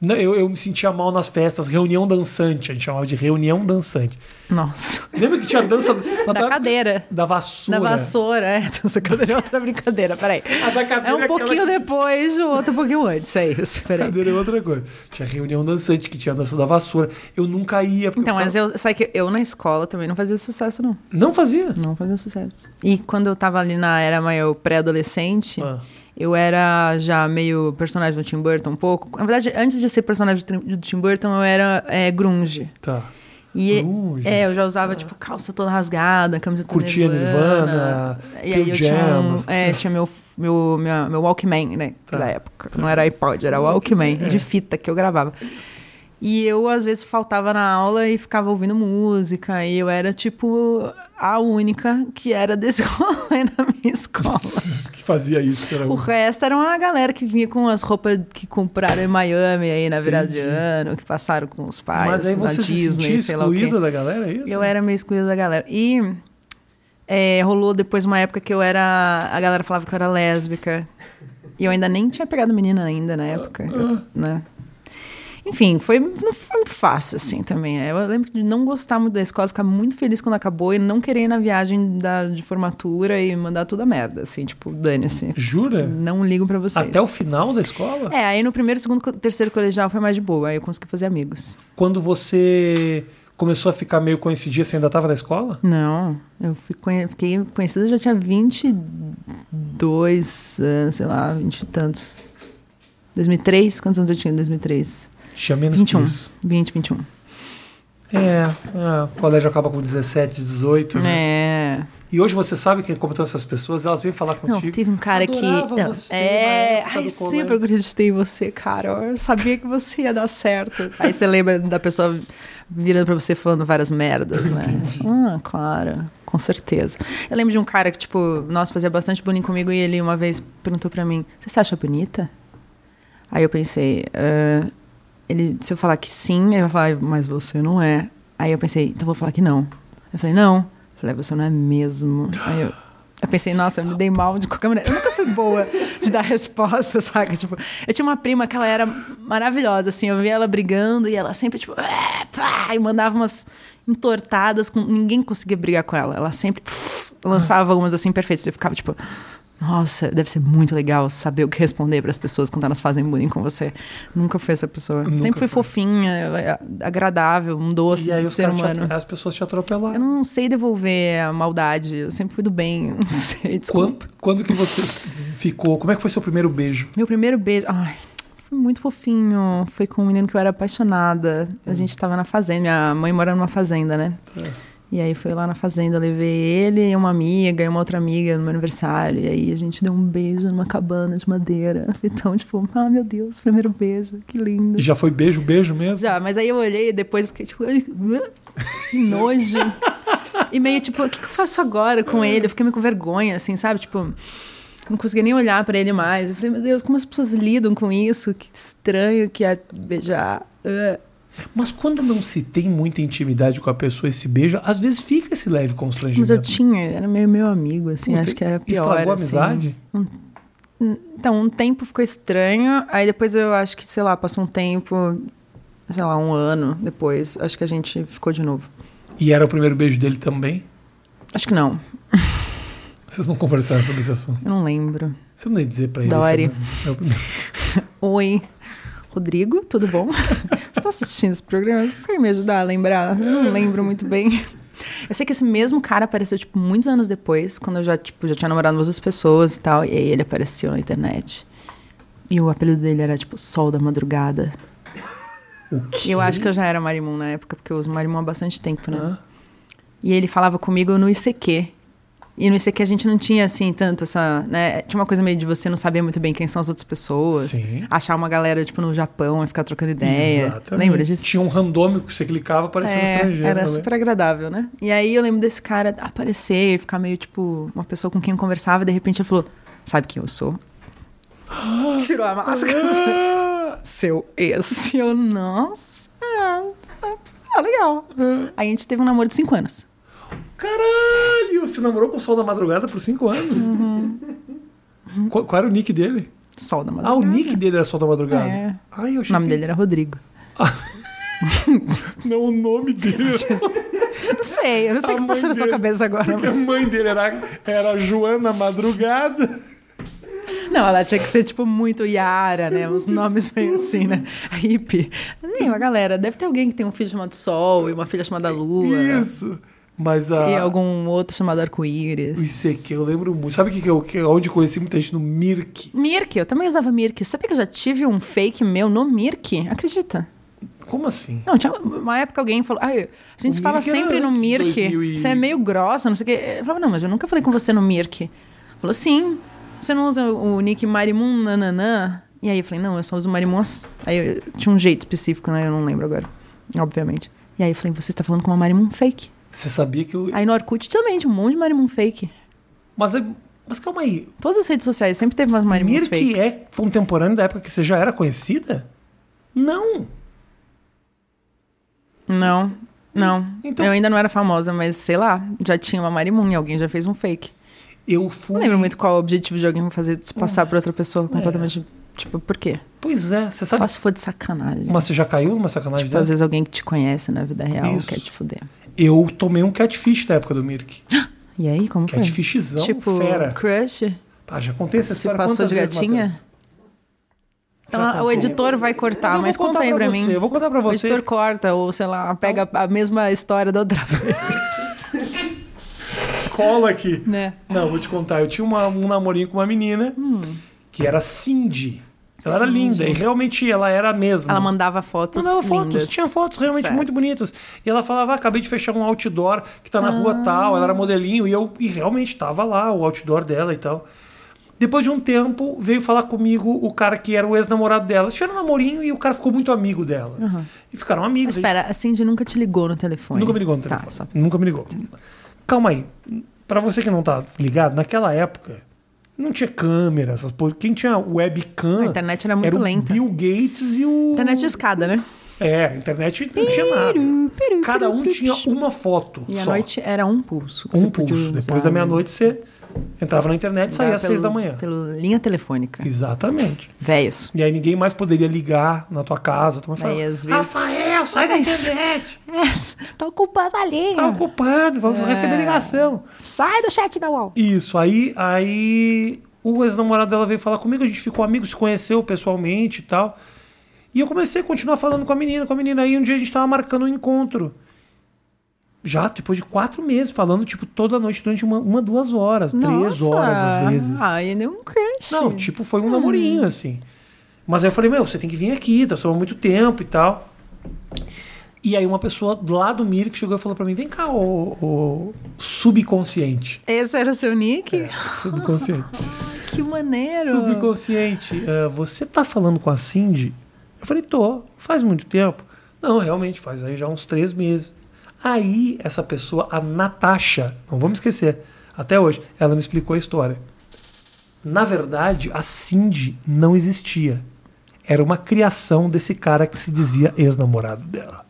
A: Não, Eu, eu me sentia mal nas festas, reunião dançante, a gente chamava de reunião dançante.
B: Nossa.
A: Lembra que tinha dança na
B: Da cadeira.
A: da vassoura?
B: Da vassoura, é. Então, essa cadeira é outra brincadeira, peraí.
A: A da cadeira
B: É um
A: aquela
B: pouquinho
A: que-
B: depois, o outro um pouquinho antes, é isso. Peraí.
A: Cadeira é outra coisa. Tinha reunião dançante, que tinha a dança da vassoura. Eu nunca ia. Porque
B: Então,
A: eu
B: mas
A: ficava-
B: eu, sabe que eu na escola também não fazia sucesso, não.
A: Não fazia.
B: Não fazia sucesso. E quando eu tava ali na era meio pré-adolescente,
A: Ah.
B: eu era já meio personagem do Tim Burton um pouco. Na verdade, antes de ser personagem do Tim- do Tim Burton, eu era é, grunge.
A: Tá.
B: E
A: Grunge.
B: é, eu já usava, tipo, calça toda rasgada, camiseta
A: Curtia Nirvana,
B: E
A: Pearl
B: aí eu tinha,
A: Jam,
B: um-
A: essas
B: é, tinha meu, meu, minha- meu Walkman, né?
A: Tá. Uhum. É.
B: Da época. Não era iPod, era Walkman, de fita que eu gravava. E eu, às vezes, faltava na aula e ficava ouvindo música. E eu era, tipo, a única que era desse rolê na minha escola.
A: Que fazia isso. Era...
B: O resto era uma galera que vinha com as roupas que compraram em Miami aí na virada de ano, que passaram com os pais
A: Mas aí
B: na
A: você se
B: Disney,
A: sentia
B: sei lá o quê.
A: excluída da galera, é isso?
B: Eu era meio excluída da galera. E é, rolou depois uma época que eu era. A galera falava que eu era lésbica. E eu ainda nem tinha pegado menina ainda na época. eu- né? Enfim, foi, não foi muito fácil, assim, também. Eu lembro de não gostar muito da escola, ficar muito feliz quando acabou e não querer ir na viagem da, de formatura e mandar toda a merda, assim, tipo, dane-se.
A: Jura?
B: Não ligo pra vocês.
A: É. Até o final da escola?
B: É, aí no primeiro, segundo, co- terceiro colegial foi mais de boa, aí eu consegui fazer amigos.
A: Quando você começou a ficar meio com esse dia, você ainda estava na escola?
B: Não, eu fui conhe- fiquei conhecida, eu já tinha 22, eh, sei lá, 20 e tantos. 2003? Quantos anos eu tinha em 2003?
A: Tinha menos que
B: 21.
A: isso.
B: 20, 21.
A: É, é, o colégio acaba com 17, 18. né?
B: É.
A: E hoje você sabe quem computou essas pessoas, elas vêm falar
B: Não,
A: contigo.
B: teve um cara que.
A: Adorava
B: Não,
A: você na
B: é.
A: época
B: Ai,
A: do colégio.
B: sempre acreditei em você, cara. Eu sabia que você ia dar certo. Aí você lembra da pessoa virando pra você falando várias merdas, né? ah, claro, com certeza. Eu lembro de um cara que, tipo, nossa, fazia bastante bullying comigo e ele uma vez perguntou pra mim: Você se acha bonita? Aí eu pensei: "Ah, ele, Se eu falar que sim, ele vai falar, mas você não é. Aí eu pensei: Então eu vou falar que não. Eu falei: Não. Eu falei: Você não é mesmo. Aí eu. Eu pensei, nossa, eu me dei mal de qualquer maneira. Eu nunca fui boa de dar resposta, saca? Tipo, eu tinha uma prima que ela era maravilhosa, assim. Eu via ela brigando e ela sempre, tipo, "Ah, pá", e mandava umas entortadas. Com... Ninguém conseguia brigar com ela. Ela sempre pff, lançava algumas assim perfeitas. Eu ficava, tipo, nossa, deve ser muito legal saber o que responder para as pessoas quando elas fazem bullying com você. Nunca fui essa pessoa.
A: Nunca
B: sempre fui
A: foi.
B: fofinha, agradável, um doce
A: E aí os
B: ser
A: caras te
B: humano.
A: atro- as pessoas te
B: Eu
A: atropelaram.
B: não sei devolver a maldade. Eu sempre fui do bem. Não sei, desculpa.
A: Quando, quando que você ficou? Como é que foi seu primeiro beijo?
B: Meu primeiro beijo. Ai, foi muito fofinho. Foi com um menino que eu era apaixonada. A gente tava na fazenda. Minha mãe mora numa fazenda, né? E aí foi lá na fazenda, eu levei ele e uma amiga e uma outra amiga no meu aniversário. E aí a gente deu um beijo numa cabana de madeira. Então, tipo, ah, meu Deus, primeiro beijo, que lindo.
A: E já foi beijo, beijo mesmo?
B: Já, mas aí eu olhei e depois fiquei tipo, "Ai, ah, que nojo. e meio tipo, o que, que eu faço agora com
A: É.
B: ele? Eu fiquei meio com vergonha, assim, sabe? Tipo, não conseguia nem olhar pra ele mais. Eu falei, meu Deus, como as pessoas lidam com isso? Que estranho que é beijar. Ah."
A: Mas quando não se tem muita intimidade com a pessoa e se beija, às vezes fica esse leve
B: Mas eu
A: constrangimento.
B: tinha, era meio meu amigo, assim,
A: Puta,
B: acho que era pior.
A: Estragou a
B: assim.
A: amizade?
B: Então, um tempo ficou estranho, aí depois eu acho que, sei lá, passou um tempo, sei lá, um ano depois, acho que a gente ficou de novo.
A: E era o primeiro beijo dele também?
B: Acho que não,
A: Vocês não conversaram sobre esse assunto.
B: eu não lembro.
A: Você não ia dizer pra ele.
B: Dori.
A: isso, né? É o primeiro-
B: Oi, Rodrigo, tudo bom? Você tá assistindo esse programa? Você quer me ajudar a lembrar? Eu não lembro muito bem. Eu sei que esse mesmo cara apareceu, tipo, muitos anos depois, quando eu já, tipo, já tinha namorado outras pessoas e tal, e aí ele apareceu na internet. E o apelido dele era, tipo, Sol da Madrugada.
A: O quê?
B: E eu acho que eu já era Marimum na época, porque eu uso Marimum há bastante tempo, né?
A: Hã?
B: E ele falava comigo no ICQ. E no ICQ a gente não tinha, assim, tanto essa, né? Tinha uma coisa meio de você não saber muito bem quem são as outras pessoas.
A: Sim.
B: Achar uma galera, tipo, no Japão e ficar trocando ideia.
A: Exatamente.
B: Lembra disso?
A: Tinha um randômico que você clicava, parecia um
B: É,
A: estrangeiro.
B: Era
A: né?
B: super agradável, né? E aí eu lembro desse cara aparecer e ficar meio, tipo, uma pessoa com quem eu conversava e de repente ele falou, sabe quem eu sou? Tirou a máscara.
A: Ah!
B: Seu ex. E eu, nossa. Ah, legal. Aí a gente teve um namoro de cinco anos.
A: Caralho! Você namorou com o Sol da Madrugada por cinco anos? Qual, qual era o nick dele?
B: Sol da
A: Ah,
B: Uhum. Madrugada.
A: o nick dele era Sol da Madrugada.
B: É.
A: Ai, eu achei
B: O nome
A: que-
B: dele era Rodrigo.
A: Não, o nome dele.
B: Eu não sei, eu não sei o
A: A
B: que passou
A: mãe
B: na sua
A: dele.
B: cabeça agora.
A: Porque a
B: mas-
A: mãe dele era, era Joana Madrugada.
B: Não, ela tinha que ser, tipo, muito Yara, né? Uns nomes meio assim, né? Hippie. Nem, uma galera. Deve ter alguém que tem um filho chamado Sol e uma filha chamada Lua.
A: Isso. Mas a.
B: E algum outro chamado Arco-Íris.
A: O ICQ, eu lembro muito. Sabe o que, que eu, que, onde eu conheci muita gente? No Mirk.
B: Mirk, eu também usava Mirk. Sabia que eu já tive um fake meu no Mirk? Acredita?
A: Como assim?
B: Não, tinha uma época alguém falou. Ai, a gente
A: O
B: fala
A: Mirk era
B: sempre no
A: antes de
B: Mirk.
A: 2000 e-
B: Você é meio grossa, não sei o quê. Eu falava, não, mas eu nunca falei com você no Mirk. Falou, sim. Você não usa o o nick Marimun nananã? E aí eu falei, não, eu só uso Marimun. ass- Aí eu, tinha um jeito específico, né? Eu não lembro agora, obviamente. E aí eu falei, você está falando com uma Marimun fake.
A: Você sabia que eu.
B: Aí no Orkut também tinha um monte de Marimun fake.
A: Mas, é- mas calma aí.
B: Todas as redes sociais sempre teve umas
A: Mirk
B: Marimuns fakes.
A: é contemporâneo da época que você já era conhecida? Não.
B: Não, não.
A: Então-
B: Eu ainda não era famosa, mas sei lá, já tinha uma Marimun e alguém já fez um fake.
A: Eu
B: Não
A: fui.
B: lembro muito qual é o objetivo de alguém fazer se passar por outra
A: É.
B: pessoa completamente. Tipo, por quê?
A: Pois é, você sabe.
B: Só se for de sacanagem.
A: Mas você já caiu numa sacanagem
B: Tipo, às
A: dessa?
B: vezes alguém que te conhece na vida real
A: Isso.
B: quer te fuder.
A: Eu tomei um catfish na época do Mirk.
B: E aí, como
A: é
B: foi?
A: Catfishzão,
B: tipo,
A: um fera.
B: crush?
A: Ah, já contei essa
B: Se
A: história
B: passou
A: quantas
B: de
A: vezes,
B: gatinha?
A: Matheus?
B: Então
A: Já
B: a- o
A: contei.
B: editor vai
A: Mas eu
B: cortar,
A: vou
B: mas,
A: contar
B: conta aí pra,
A: você,
B: mim.
A: Eu vou contar pra
B: O
A: você. Então.
B: editor corta, ou sei lá, pega a mesma história da outra vez,
A: Cola aqui.
B: né?
A: Não, vou te contar. Eu tinha uma- um namorinho com uma menina que era Cindy. Ela era
B: Cindy.
A: linda e realmente ela era mesmo.
B: Ela mandava fotos.
A: Mandava
B: lindas.
A: fotos, tinha fotos realmente
B: Certo.
A: muito bonitas. E ela falava, ah, acabei de fechar um outdoor que tá na
B: Ah.
A: rua tal, ela era modelinho, e eu e realmente tava lá, o outdoor dela e tal. Depois de um tempo, veio falar comigo o cara que era o ex-namorado dela. Tinha um namorinho e o cara ficou muito amigo dela. E ficaram amigos.
B: Mas
A: a gente
B: espera, a Cindy nunca te ligou no telefone.
A: Nunca me ligou no
B: Tá,
A: telefone.
B: só-
A: Nunca me ligou. Calma aí. Pra você que não tá ligado, naquela época não tinha câmera, essas por... Quem tinha webcam?
B: A internet era muito
A: o
B: lenta.
A: Bill Gates e o
B: Internet de escada, né?
A: É, a internet não tinha nada. Cada um tinha uma foto
B: E à
A: só.
B: noite era um pulso. que
A: um
B: você podia
A: pulso.
B: usar.
A: Depois da meia-noite você entrava na internet e saía às
B: Pelo-
A: seis da manhã.
B: Pela linha telefônica.
A: Exatamente.
B: Velhos.
A: E aí ninguém mais poderia ligar na tua casa. Tu
B: Aí,
A: falava,
B: às vezes- É.
A: Rafael, sai da
B: isso.
A: internet.
B: Tá ocupando a linha.
A: Tá ocupado, vamos
B: É.
A: receber ligação.
B: Sai do chat da UOL.
A: Isso, aí, aí o ex-namorado dela veio falar comigo, a gente ficou amigo, se conheceu pessoalmente e tal. E eu comecei a continuar falando com a menina, com a menina. Aí um dia a gente tava marcando um encontro. Já depois de quatro meses, falando, tipo, toda noite, durante uma, uma duas horas, três horas às vezes.
B: Ai, ainda é um crush.
A: Não, tipo, foi um namorinho, assim. Mas aí eu falei, meu, você tem que vir aqui, tá sobrando muito tempo e tal. E aí uma pessoa lá do Mir que chegou e falou pra mim, vem cá, ô, ô subconsciente.
B: Esse era o seu nick?
A: É. Subconsciente.
B: Que maneiro.
A: Subconsciente, eh, você tá falando com a Cindy? Eu falei, tô, faz muito tempo. Não, realmente, faz aí já uns três meses. Aí, essa pessoa, a Natasha, não vamos esquecer, até hoje, ela me explicou a história. Na verdade, a Cindy não existia. Era uma criação desse cara que se dizia ex-namorado dela.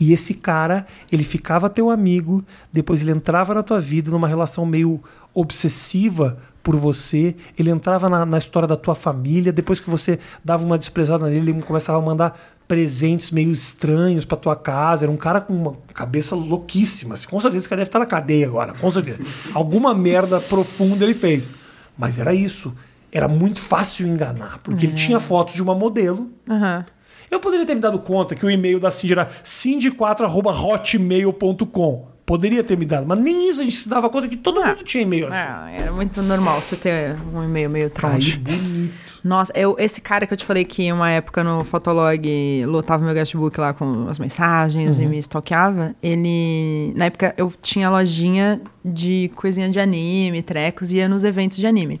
A: E esse cara, ele ficava teu amigo, depois ele entrava na tua vida numa relação meio obsessiva por você, ele entrava na, na história da tua família, depois que você dava uma desprezada nele, ele começava a mandar presentes meio estranhos pra tua casa, era um cara com uma cabeça louquíssima, assim, com certeza esse cara deve estar na cadeia agora, com certeza. Alguma merda profunda ele fez. Mas era isso, era muito fácil enganar, porque ele tinha fotos de uma modelo,
B: Aham.
A: eu poderia ter me dado conta que o e-mail da Cindy era cindy4.hotmail.com. Poderia ter me dado, mas nem isso a gente se dava conta que todo mundo tinha e-mail assim.
B: Ah, era muito normal você ter um e-mail meio
A: Caí
B: trágico.
A: bonito.
B: Nossa, eu, esse cara que eu te falei que uma época no Fotolog lotava meu guestbook lá com as mensagens e me stalkeava, ele. Na época eu tinha lojinha de coisinha de anime, trecos, e ia nos eventos de anime.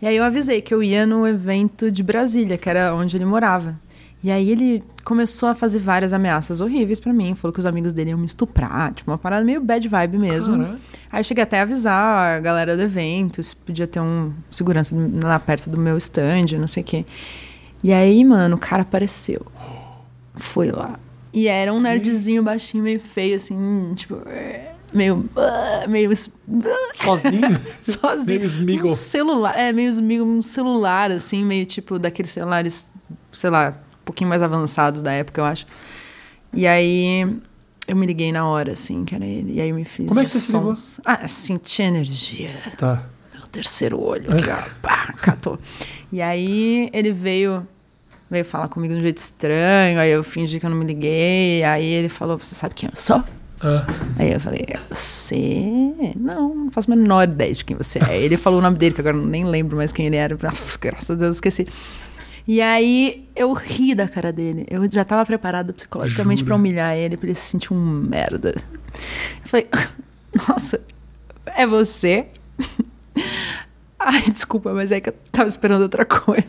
B: E aí eu avisei que eu ia no evento de Brasília, que era onde ele morava. E aí ele começou a fazer várias ameaças horríveis pra mim. Falou que os amigos dele iam me estuprar, tipo, uma parada meio bad vibe mesmo.
A: Caraca.
B: Aí eu cheguei até a avisar a galera do evento, se podia ter um segurança lá perto do meu stand, não sei o quê. E aí, mano, o cara apareceu. Foi lá. E era um nerdzinho baixinho, meio feio, assim, tipo. eh, meio. meio.
A: Sozinho?
B: sozinho.
A: Meio Smeagol.
B: Um celular. É, meio Smeagol, um celular, assim, meio tipo daqueles celulares, sei lá, um pouquinho mais avançados da época, eu acho. E aí eu me liguei na hora, assim, que era ele. E aí eu me fiz.
A: Como é que
B: os
A: você se ligou?
B: sons. Ah, senti energia.
A: Tá.
B: Meu terceiro
A: É.
B: olho aqui, ó. Pá, catou. E aí ele veio. Veio falar comigo de um jeito estranho, aí eu fingi que eu não me liguei, aí ele falou, você sabe quem eu sou?
A: Ah,
B: Aí eu falei, você? Não, não faço a menor ideia de quem você é. Ele falou o nome dele, que agora eu nem lembro mais quem ele era. Ah, graças a Deus, esqueci. E aí eu ri da cara dele. Eu já tava preparada psicologicamente
A: Jura?
B: pra humilhar ele, pra ele se sentir um merda. Eu falei, nossa, é você? Ai, desculpa, mas é que eu tava esperando outra coisa.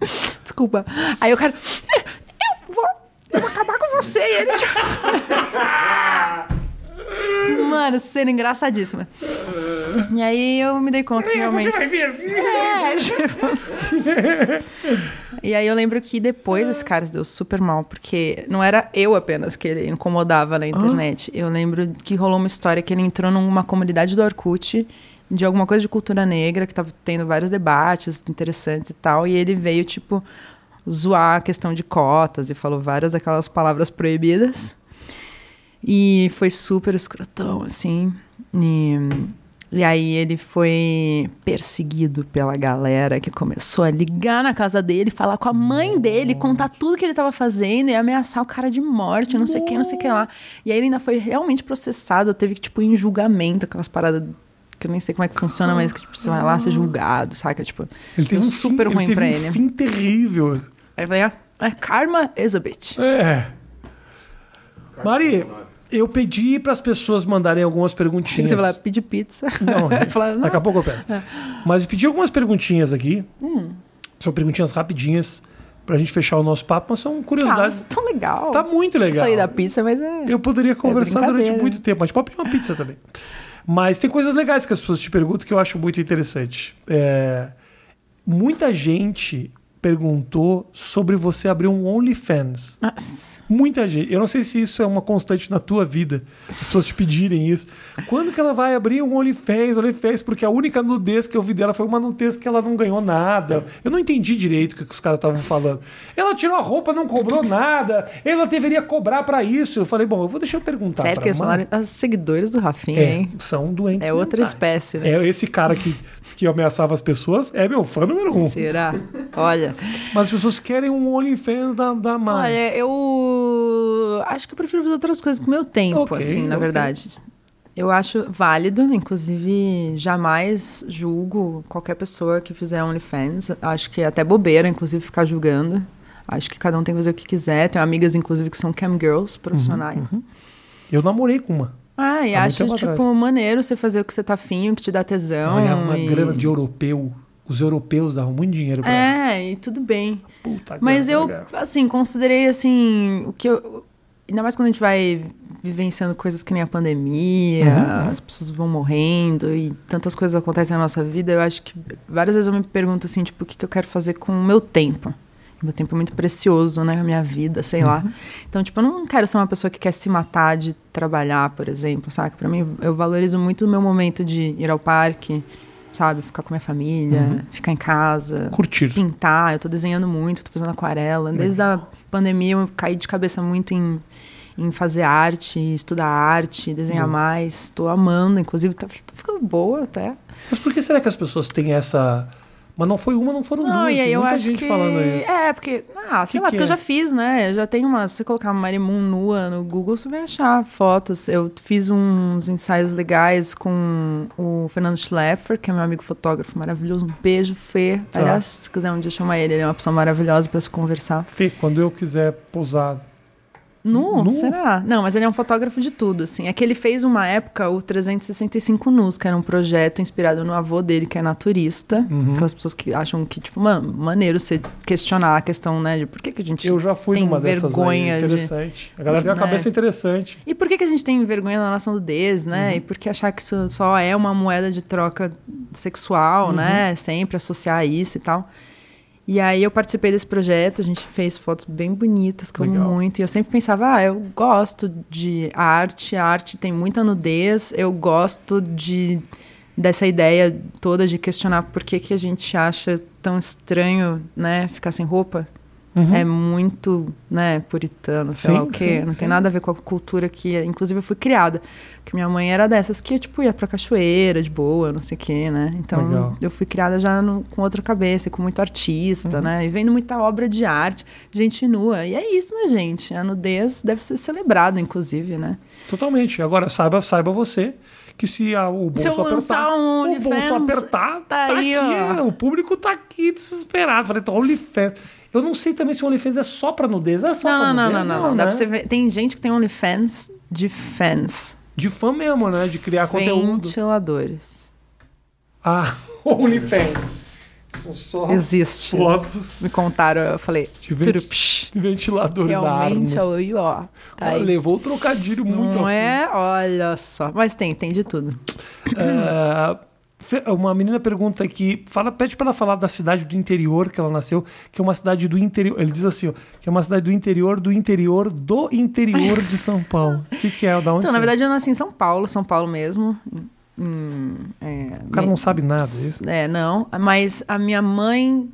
B: Desculpa. Aí o cara, eu vou, eu vou acabar com você. E ele, tipo, Mano, cena engraçadíssima. E aí eu me dei conta que realmente. É, tipo- e aí eu lembro que depois esse cara se deu super mal, porque não era eu apenas que ele incomodava na internet. Eu lembro que rolou uma história que ele entrou numa comunidade do Orkut de alguma coisa de cultura negra, que tava tendo vários debates interessantes e tal, e ele veio, tipo, zoar a questão de cotas e falou várias daquelas palavras proibidas. E foi super escrotão, assim. E, e aí ele foi perseguido pela galera que começou a ligar na casa dele, falar com a mãe dele, contar tudo que ele tava fazendo e ameaçar o cara de morte, não sei o que, não sei o que lá. E aí ele ainda foi realmente processado, teve que, tipo, ir em julgamento, aquelas paradas que eu nem sei como é que funciona, mas que, tipo, você vai lá ser julgado, saca? Tipo,
A: ele teve um
B: Deu
A: fim-
B: super ruim
A: ele teve
B: pra
A: um
B: ele.
A: fim terrível.
B: aí eu falei, ah, é karma is a bitch.
A: É. Mari, eu pedi para as pessoas mandarem algumas
B: Tinha
A: perguntinhas.
B: que você falar, pedir pizza.
A: Não,
B: Falar,
A: daqui a pouco eu peço.
B: É.
A: Mas eu pedi algumas perguntinhas aqui.
B: Hum.
A: São perguntinhas rapidinhas pra gente fechar o nosso papo, mas são
B: Ah,
A: curiosidades.
B: tão legal.
A: tá muito legal.
B: Falei da pizza, mas é.
A: Eu poderia conversar durante
B: brincadeira.
A: muito tempo, mas pode pedir uma pizza também. Mas tem coisas legais que as pessoas te perguntam que eu acho muito interessante. É, Muita gente perguntou sobre você abrir um OnlyFans.
B: Nossa.
A: Muita gente. Eu não sei se isso é uma constante na tua vida, as pessoas te pedirem isso. Quando que ela vai abrir um OnlyFans, OnlyFans? Porque a única nudez que eu vi dela foi uma nudez que ela não ganhou nada. Eu não entendi direito o que que os caras estavam falando. Ela tirou a roupa, não cobrou nada. Ela deveria cobrar pra isso. Eu falei, bom, eu vou deixar eu perguntar
B: Sério
A: Tá, pra
B: que eles
A: Mari.
B: falaram? Os seguidores do Rafinha,
A: É,
B: hein?
A: são doentes
B: É outra
A: mentais.
B: espécie, né?
A: É esse cara que, que ameaçava as pessoas é meu fã número um.
B: Será? Olha.
A: Mas as pessoas querem um OnlyFans da, da Mari.
B: Olha, eu acho que eu prefiro fazer outras coisas com o meu tempo,
A: Ok,
B: assim, na
A: ok.
B: verdade. Eu acho válido, inclusive jamais julgo qualquer pessoa que fizer OnlyFans. Acho que é até bobeira, inclusive, ficar julgando. Acho que cada um tem que fazer o que quiser. Tenho amigas, inclusive, que são cam girls profissionais.
A: Uhum, Eu namorei com uma.
B: Ah, e
A: Há muito
B: acho,
A: tempo
B: tipo,
A: atrás.
B: maneiro você fazer o que você tá afim, o que te dá
A: Eu
B: tesão.
A: ganhava uma
B: Então, e-
A: grana de europeu. Os europeus davam muito dinheiro pra ela.
B: É, e tudo bem.
A: Puta
B: Mas
A: grana,
B: eu,
A: grana.
B: assim, considerei, assim, o que eu... Ainda mais quando a gente vai vivenciando coisas que nem a pandemia,
A: Uhum.
B: as pessoas vão morrendo e tantas coisas acontecem na nossa vida, eu acho que várias vezes eu me pergunto, assim, tipo, o que, que eu quero fazer com o meu tempo? Meu tempo é muito precioso, né? A minha vida, sei lá. Então, tipo, eu não quero ser uma pessoa que quer se matar de trabalhar, por exemplo, saca? Pra mim, eu valorizo muito o meu momento de ir ao parque, sabe? Ficar com minha família, ficar em casa,
A: Curtir.
B: pintar, eu tô desenhando muito, tô fazendo aquarela. Desde a pandemia eu caí de cabeça muito em, em fazer arte, estudar arte, desenhar mais. Tô amando, inclusive, tá, tô ficando boa até.
A: Mas por que será que as pessoas têm essa. Mas não foi uma, não foram
B: Não, assim,
A: duas.
B: e
A: tem
B: aí eu
A: muita
B: acho
A: gente
B: que.
A: falando aí.
B: É, porque. Ah,
A: Que
B: sei
A: que
B: lá, porque eu
A: é?
B: já fiz, né? Eu Já tem uma. Se você colocar Marimun nua no Google, você vai achar fotos. Eu fiz uns ensaios legais com o Fernando Schlepper, que é meu amigo fotógrafo maravilhoso. Um beijo, Fê.
A: Tá.
B: Aliás, se quiser um dia chamar ele, ele é uma pessoa maravilhosa pra se conversar.
A: Fê, quando eu quiser pousar.
B: Nu?
A: Nu?
B: Será? Não, mas ele é um fotógrafo de tudo, assim. É que ele fez uma época o 365 Nus, que era um projeto inspirado no avô dele, que é naturista.
A: Uhum.
B: Aquelas pessoas que acham que, tipo, mano, maneiro você questionar a questão, né, de por que, que a gente.
A: Eu já fui
B: Tem
A: numa dessas.
B: vergonha
A: aí,
B: de-
A: interessante. A galera tem uma
B: É.
A: cabeça interessante.
B: E por que, que a gente tem vergonha da nossa nudez, né? E por que achar que isso só é uma moeda de troca sexual, né? Sempre associar isso e tal. E aí eu participei desse projeto, a gente fez fotos bem bonitas, que eu amo
A: Legal.
B: muito. E eu sempre pensava, ah, eu gosto de arte, a arte tem muita nudez, eu gosto de dessa ideia toda de questionar por que, que a gente acha tão estranho, né, ficar sem roupa.
A: Uhum.
B: É muito, né, puritano, sei
A: Sim,
B: lá o quê.
A: sim,
B: não
A: sim.
B: tem nada a ver com a cultura que, inclusive, eu fui criada. Porque minha mãe era dessas que, tipo, ia pra cachoeira de boa, não sei o quê, né? Então,
A: Legal.
B: eu fui criada já no- com outra cabeça, com muito
A: Uhum.
B: artista, né? E vendo muita obra de arte, gente nua. E é isso, né, gente? A nudez deve ser celebrada, inclusive, né?
A: Totalmente. Agora, saiba, saiba você que se a- o bolso
B: Se eu lançar
A: apertar,
B: um
A: o bolso
B: OnlyFans,
A: apertar,
B: tá
A: tá,
B: aí,
A: aqui,
B: ó.
A: o público tá aqui desesperado. Falei, então, OnlyFans. Eu não sei também se o OnlyFans é só pra nudez, é só pra
B: Não, não, não,
A: nudez.
B: não, não, não. Dá
A: né?
B: pra você ver. Tem gente que tem OnlyFans de fans.
A: De fã mesmo, né? De criar conteúdo.
B: Ventiladores.
A: Ah, OnlyFans. São só
B: Existe.
A: fotos
B: Me contaram, eu falei...
A: de ven-
B: "Turupsh".
A: de ventiladores
B: Realmente
A: da
B: é
A: arma.
B: o ó. Tá
A: Cara,
B: aí.
A: levou o trocadilho muito
B: Não
A: a
B: é? Olha só. Mas tem, tem de tudo.
A: É, fe- uma menina pergunta aqui, fala, pede pra ela falar da cidade do interior que ela nasceu, que é uma cidade do interior. Ele diz assim, ó, que é uma cidade do interior do interior do interior de São Paulo. O que, que é? Da onde
B: Então,
A: você-
B: na verdade, eu nasci em São Paulo, São Paulo mesmo. Hum, é,
A: o cara não sabe nada. é Isso.
B: É, não. Mas a minha mãe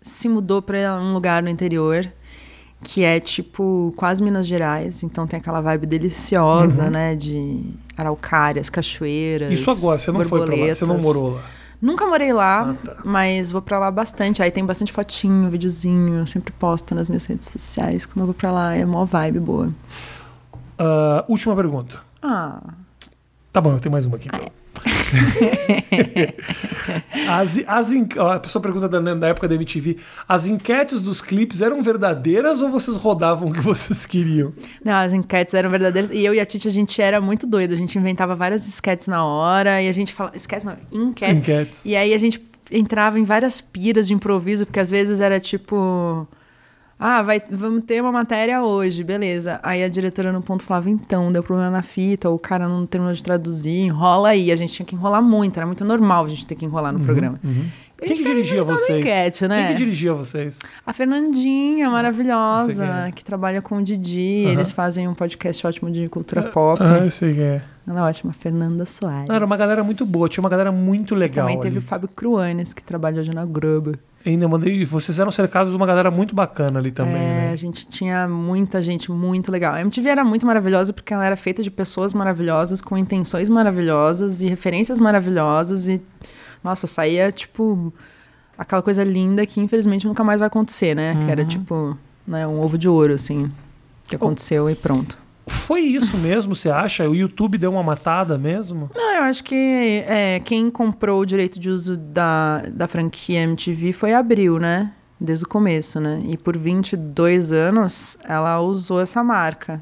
B: se mudou pra um lugar no interior que é tipo quase Minas Gerais, então tem aquela vibe deliciosa, né, de araucárias, cachoeiras.
A: Uhum. é? Isso agora, você não foi pra lá, você não
B: borboletas.
A: morou lá.
B: Nunca morei lá,
A: Ah, tá.
B: mas vou pra lá bastante. Aí tem bastante fotinho, videozinho, eu sempre posto nas minhas redes sociais quando eu vou pra lá, é mó vibe boa.
A: Ah, última pergunta.
B: Ah,
A: Tá bom, eu tenho mais uma aqui então. as, as en- ó, a pessoa pergunta da, da época da MTV: as enquetes dos clipes eram verdadeiras ou vocês rodavam o que vocês queriam?
B: Não, as enquetes eram verdadeiras. E eu e a Titi, a gente era muito doida. A gente inventava várias esquetes na hora. E a gente falava... Esquetes não, enquetes.
A: Enquetes.
B: E aí a gente entrava em várias piras de improviso. Porque às vezes era tipo... Ah, vai, vamos ter uma matéria hoje, beleza. Aí a diretora no ponto falava, então, deu problema na fita, ou o cara não terminou de traduzir, enrola aí. A gente tinha que enrolar muito, era muito normal a gente ter que enrolar no programa. A
A: Uhum. Quem
B: gente
A: que dirigia
B: inventava
A: vocês?
B: Enquete, né?
A: Quem que dirigia vocês?
B: A Fernandinha,
A: Não sei quem
B: maravilhosa,
A: é.
B: que trabalha com o Didi.
A: Aham.
B: Eles fazem um podcast ótimo de cultura pop.
A: Ah, eu sei quem é.
B: Ela é ótima, Fernanda Soares.
A: Não, era uma galera muito boa, tinha uma galera muito legal.
B: Também teve o
A: ali.
B: Fábio Cruanes, que trabalha hoje na Gruba.
A: Ainda mandei. e Vocês eram cercados de uma galera muito bacana ali também,
B: é,
A: né?
B: A gente tinha muita gente muito legal. A MTV era muito maravilhosa porque ela era feita de pessoas maravilhosas, com intenções maravilhosas e referências maravilhosas. E, nossa, saía tipo aquela coisa linda que infelizmente nunca mais vai acontecer, né? Que era tipo né, um ovo de ouro, assim, que aconteceu e pronto.
A: Foi isso mesmo, você acha? O YouTube deu uma matada mesmo?
B: Não, eu acho que é, quem comprou o direito de uso da, da franquia MTV foi a Abril, né? Desde o começo, né? E por 22 anos ela usou essa marca.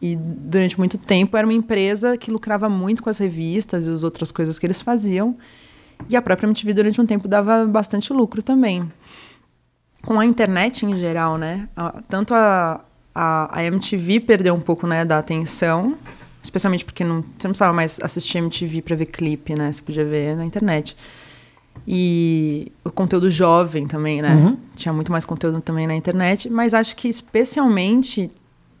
B: E durante muito tempo era uma empresa que lucrava muito com as revistas e as outras coisas que eles faziam. E a própria MTV durante um tempo dava bastante lucro também. Com a internet em geral, né? A- tanto a, a, a MTV perdeu um pouco né, da atenção, especialmente porque não, você não precisava mais assistir MTV para ver clipe, né? Você podia ver na internet. E o conteúdo jovem também, né?
A: Uhum.
B: Tinha muito mais conteúdo também na internet, mas acho que especialmente.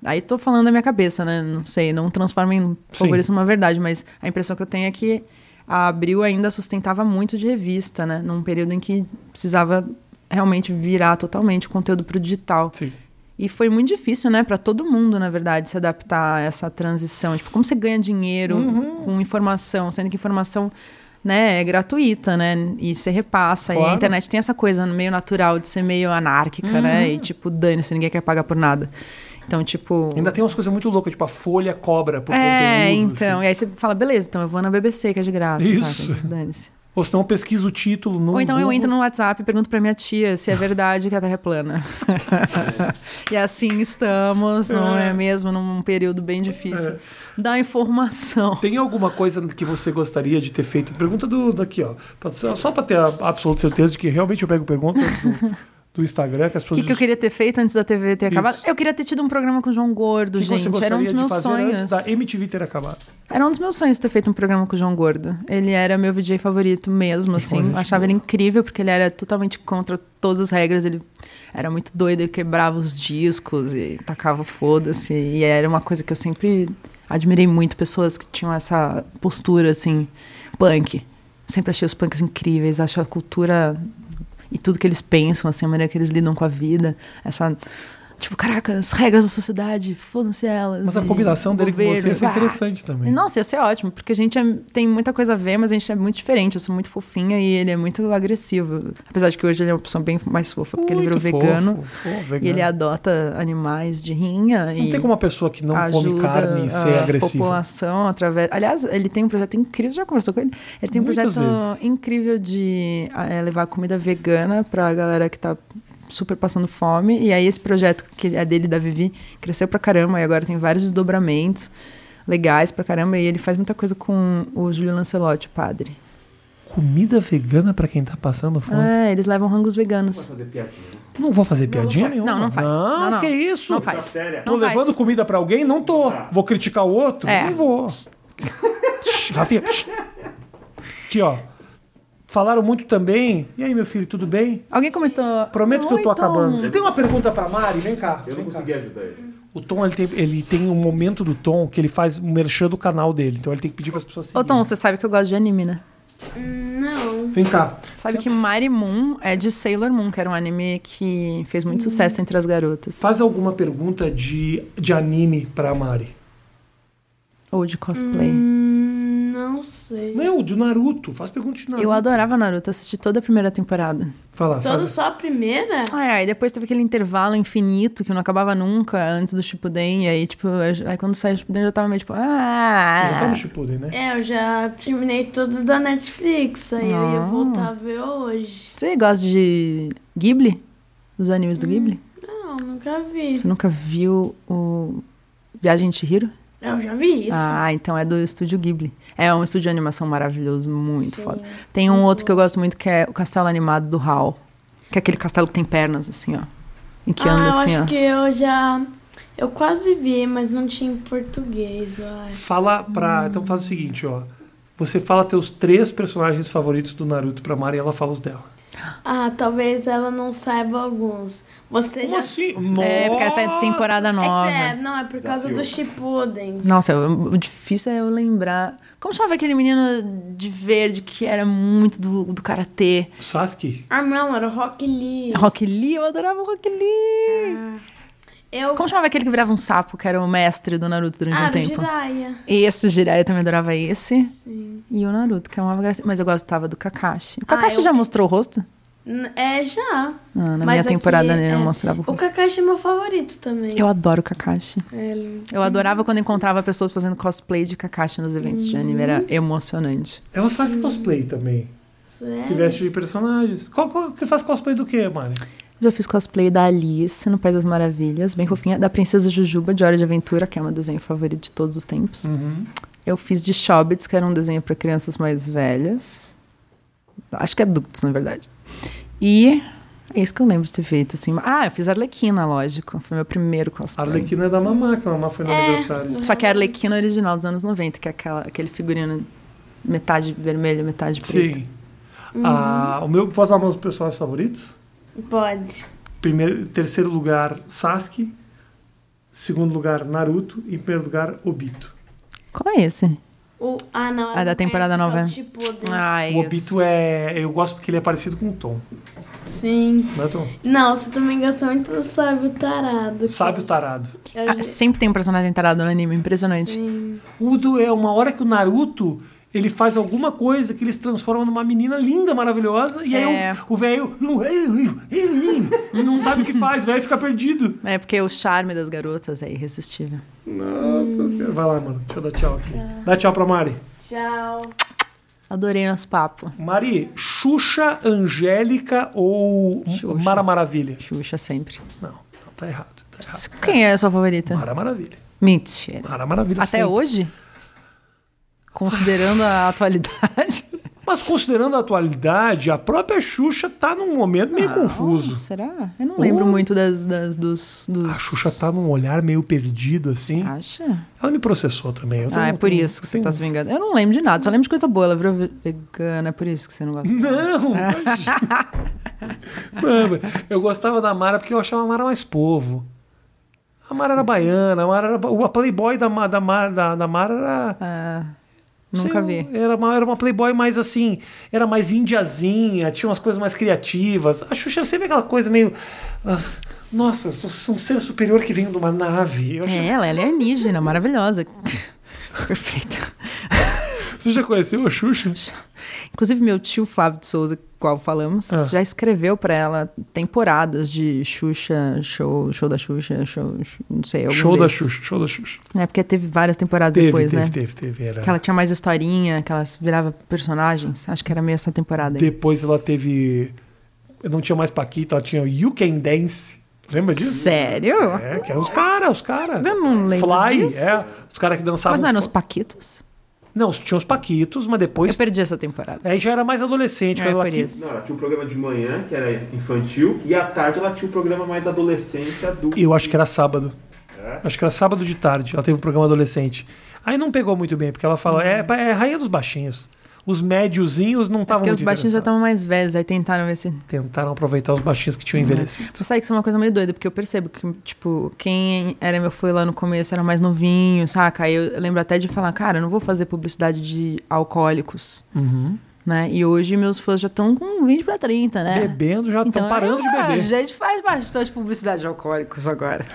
B: Aí tô falando da minha cabeça, né? Não sei, não transformem, por favor,
A: Sim.
B: isso numa verdade, mas a impressão que eu tenho é que a Abril ainda sustentava muito de revista, né? Num período em que precisava realmente virar totalmente o conteúdo pro digital.
A: Sim.
B: E foi muito difícil, né, para todo mundo, na verdade, se adaptar a essa transição. Tipo, como você ganha dinheiro
A: Uhum.
B: com informação, sendo que informação, né, é gratuita, né? E você repassa. E a
A: Claro.
B: internet tem essa coisa meio natural de ser meio anárquica,
A: Uhum.
B: né? E tipo, dane-se, ninguém quer pagar por nada. Então, tipo.
A: Ainda tem umas coisas muito loucas, tipo a Folha Cobra por
B: é,
A: conteúdo.
B: então.
A: assim.
B: E aí você fala, beleza, então eu vou na BBC, que é de graça.
A: Isso. Uhum.
B: sabe? Dane-se.
A: Ou senão eu pesquiso o título no.
B: Ou então eu
A: Google.
B: entro no WhatsApp e pergunto pra minha tia se é verdade que a Terra é plana. e assim estamos, não é.
A: É.
B: mesmo? Num período bem difícil. Da informação.
A: Tem alguma coisa que você gostaria de ter feito? Pergunta do daqui, ó. Pra- Só para ter a absoluta certeza de que realmente eu pego perguntas do, do Instagram que as
B: O
A: pessoas.
B: que, que eu queria ter feito antes da TV ter
A: Isso.
B: acabado? Eu queria ter tido um programa com o João Gordo,
A: que que você
B: gente. Era
A: gostaria
B: um dos
A: de
B: meus
A: fazer
B: sonhos.
A: antes da MTV ter acabado?
B: Era um dos meus sonhos ter feito um programa com o João Gordo. Ele era meu VJ favorito mesmo, assim.
A: gente
B: Eu achava ele incrível, porque ele era totalmente contra todas as regras. Ele era muito doido, ele quebrava os discos e tacava foda-se. E era uma coisa que eu sempre admirei muito, pessoas que tinham essa postura, assim, punk. Sempre achei os punks incríveis, acho a cultura e tudo que eles pensam, assim, a maneira que eles lidam com a vida, essa... Tipo, caraca, as regras da sociedade, fodam-se elas.
A: Mas a
B: e
A: combinação
B: o
A: dele com você é ia ser
B: governo, bah.
A: interessante também.
B: Nossa, ia ser ótimo, porque a gente é- tem muita coisa a ver, mas a gente é muito diferente. Eu sou muito fofinha e ele é muito agressivo. Apesar de que hoje ele é uma pessoa bem mais fofa, porque ele
A: Muito
B: virou vegano.
A: fofo, fofo,
B: E ele
A: vegano.
B: adota animais de rinha
A: Não
B: e
A: tem como uma pessoa que não come
B: ajuda
A: carne e ser
B: a
A: agressiva.
B: população através... Aliás, ele tem um projeto incrível, já conversou com ele? Ele tem um
A: Muitas
B: projeto
A: vezes.
B: incrível de eh, levar comida vegana pra galera que tá super passando fome. E aí esse projeto que é dele, da Vivi, cresceu pra caramba e agora tem vários desdobramentos legais pra caramba. E ele faz muita coisa com o Júlio Lancelotti, o padre.
A: Comida vegana pra quem tá passando fome.
B: É, eles levam rangos veganos.
A: Não vou fazer piadinha
B: faz.
A: nenhuma. Ah,
B: Não, não faz. Não, não.
A: que isso?
B: Não faz.
A: Tô
B: Não faz.
A: levando comida pra alguém? Não tô. Vou criticar o outro?
B: É.
A: Não vou. Psh, Rafinha. psh. Aqui, ó. Falaram muito também. E aí, meu filho, tudo bem?
B: Alguém comentou...
A: Prometo que eu tô
B: "Oi, Tom."
A: acabando. Você tem uma pergunta pra Mari? Vem cá.
C: Eu
A: vem
C: não
A: cá.
C: consegui ajudar ele.
A: O Tom, ele tem, ele tem um momento do Tom que ele faz um merchan do canal dele. Então ele tem que pedir pras pessoas
B: Ô,
A: seguirem.
B: Tom, você sabe que eu gosto de anime, né?
D: Não.
A: Vem cá.
B: Sabe que Mary Moon é de Sailor Moon, que era um anime que fez muito sucesso entre as garotas.
A: Faz alguma pergunta de, de anime pra Mari.
B: Ou de cosplay.
D: Hum, Não sei.
A: Não, do Naruto. Faz pergunta de Naruto.
B: Eu adorava Naruto, assisti toda a primeira temporada.
A: Fala,
D: Todo
A: faz.
D: só a primeira?
B: Ah, é, aí depois teve aquele intervalo infinito que não acabava nunca antes do Shippuden. E aí, tipo, eu- aí quando saiu o Shippuden eu já tava meio tipo...
A: Você já tá
B: Ah!
A: no Shippuden, né?
D: É, eu já terminei todos da Netflix. Aí eu ia
B: Ah.
D: voltar a ver hoje.
B: Você gosta de Ghibli? Dos animes
D: Hum.
B: do Ghibli?
D: Não, nunca vi.
B: Você nunca viu o Viagem de Chihiro?
D: Eu já vi isso.
B: Ah, então é do estúdio Ghibli. É um estúdio de animação maravilhoso, muito
D: Sim.
B: foda. Tem um outro que eu gosto muito que é o castelo animado do Hal. Que é aquele castelo que tem pernas, assim, ó. E que
D: ah,
B: anda
D: eu
B: assim,
D: acho
B: ó.
D: que eu já. Eu quase vi, mas não tinha em português, eu acho.
A: Fala pra. Então faz o seguinte, ó. Você fala teus três personagens favoritos do Naruto pra Mari e ela fala os dela.
D: Ah, talvez ela não saiba alguns. Você
A: Como
D: já.
A: assim?
B: É, porque até
A: Nossa!
B: temporada
D: É
B: nova.
D: que é, não, é por causa do Shippuden.
B: Nossa, o o difícil é eu lembrar. Como chamava aquele menino de verde que era muito do, do karatê?
A: Sasuke?
D: Ah, não, era o Rock Lee. Ah.
B: Rock Lee, eu adorava o Rock Lee.
D: Eu.
B: Como chamava aquele que virava um sapo, que era o mestre do Naruto durante
D: Ah,
B: um
D: era o
B: tempo?
D: Jiraiya.
B: Esse, o Jiraiya, eu também adorava esse.
D: Sim.
B: E o Naruto, que é uma gracinha. Mas eu gostava do Kakashi. O
D: Ah,
B: Kakashi
D: eu-
B: já mostrou o rosto?
D: N- É, já.
B: Ah, na
D: Mas
B: minha
D: aqui,
B: temporada ele não
D: é,
B: mostrava o rosto.
D: O Kakashi é meu favorito também. É,
B: Eu adoro Kakashi. Uhum.
D: Ele-
B: Eu adorava quando encontrava pessoas fazendo cosplay de Kakashi nos eventos de anime. Era emocionante.
A: Ela faz cosplay também.
D: Sério?
B: É.
A: Se veste de personagens. Qual, qual- que faz cosplay do quê, Mari?
B: Já fiz cosplay da Alice no País das Maravilhas, bem fofinha. Da Princesa Jujuba, de Hora de Aventura, que é meu desenho favorito de todos os tempos. Eu fiz de Shobits, que era um desenho para crianças mais velhas. Acho que adultos, na verdade. E é isso que eu lembro de ter feito, assim. Ah, eu fiz Arlequina, lógico. Foi meu primeiro
A: A
B: cosplay.
A: Arlequina é da Mamá, que a Mamá foi no
D: É.
A: aniversário.
B: Só que a Arlequina original dos anos 90, que é aquela, aquele figurino metade vermelho, metade preto.
A: Sim.
D: Uhum.
A: Ah, o meu, posso dar meus personagens favoritos?
D: Pode.
A: Primeiro, terceiro lugar, Sasuke. Segundo lugar, Naruto. E em primeiro lugar, Obito.
B: Qual é esse?
D: O... Ah, não. tipo
B: Ah, da temporada nova.
D: Shippuden.
B: Ah,
A: o Obito é. Eu gosto porque ele é parecido com o Tom.
D: Sim.
A: Não é, Tom?
D: Não, você também gosta muito do Sábio Tarado.
A: Sábio tarado.
D: Eu já-
B: sempre tem um personagem tarado no anime, impressionante.
D: Sim.
A: Udo é uma hora que o Naruto ele faz alguma coisa que ele se transforma numa menina linda, maravilhosa, e aí
B: É.
A: o- o velho não- ele não sabe o que faz, o velho fica perdido.
B: É porque o charme das garotas é irresistível.
A: Nossa senhora. Vai lá, mano. Deixa eu dar tchau aqui. Dá tchau pra Mari.
D: Tchau.
B: Adorei nosso papo.
A: Mari, Xuxa, Angélica ou
B: Xuxa.
A: Mara Maravilha?
B: Xuxa sempre.
A: Não, tá errado. Tá errado.
B: Quem é a sua favorita?
A: Mara Maravilha.
B: Mentira.
A: Mara Maravilha.
B: Até
A: sempre.
B: hoje? Considerando a atualidade.
A: Mas considerando a atualidade, a própria Xuxa tá num momento meio
B: Ah,
A: confuso.
B: Será? Eu não lembro
A: Oh.
B: muito das, das- dos, dos.
A: A Xuxa tá num olhar meio perdido, assim.
B: Acha?
A: Ela me processou também. Eu tô- um-
B: ah, é por isso que você
A: tenho-
B: tá se vingando. Eu não lembro de nada, só lembro de coisa boa. Ela virou ve- vegana, é por isso que você não gosta.
A: um- Não! imagina. Mano, eu gostava da Mara porque eu achava a Mara mais povo. A Mara era baiana, a Mara era. ba- A Playboy da, Ma- da, Mara, da, da Mara era.
B: Ah,
A: sei
B: nunca
A: lá,
B: vi.
A: Era uma, era uma Playboy mais assim. Era mais indiazinha, tinha umas coisas mais criativas. A Xuxa era sempre aquela coisa meio. ah, Nossa, eu sou um ser superior que vem de uma nave. Eu achava-
B: É, ela é alienígena, maravilhosa. Perfeita. É.
A: Você já conheceu a Xuxa?
B: Inclusive, meu tio Flávio de Souza, qual falamos,
A: Ah.
B: já escreveu pra ela temporadas de Xuxa, show, show da Xuxa, show, show- não sei. algum
A: Show da
B: desses.
A: Xuxa, show da Xuxa.
B: É, porque teve várias temporadas
A: Teve,
B: depois,
A: teve,
B: né?
A: teve, teve. Era.
B: Que ela tinha mais historinha, que ela virava personagens. Acho que era meio essa temporada aí.
A: Depois ela teve. Não tinha mais Paquita, ela tinha o You Can Dance. Lembra disso?
B: Sério?
A: É, que eram os caras, os caras.
B: Eu não lembro
A: Fly,
B: disso.
A: é. Os caras que dançavam.
B: Mas não eram os Paquitos?
A: Não, tinha os Paquitos, mas depois.
B: Eu perdi essa temporada.
A: Aí já era mais adolescente.
B: É,
A: quando ela
B: por
A: que-
B: isso.
C: Não, ela tinha um programa de manhã, que era infantil, e à tarde ela tinha um programa mais adolescente, adulto.
A: Eu acho que era sábado.
C: É.
A: Acho que era sábado de tarde. Ela teve um programa adolescente. Aí não pegou muito bem, porque ela fala. É, é rainha dos baixinhos. Os médiozinhos não estavam
B: Uhum. Porque
A: muito
B: os baixinhos já
A: interessados.
B: estavam mais velhos, aí tentaram ver se.
A: Tentaram aproveitar os baixinhos que tinham envelhecido.
B: Mas sabe que isso é uma coisa meio doida, porque eu percebo que, tipo, quem era meu fã lá no começo era mais novinho, saca? Aí eu lembro até de falar, cara, eu não vou fazer publicidade de alcoólicos,
A: Uhum.
B: né? E hoje meus fãs já estão com 20 pra 30, né?
A: É. Bebendo, já estão parando de
B: ah,
A: beber.
B: A gente faz bastante publicidade de alcoólicos agora.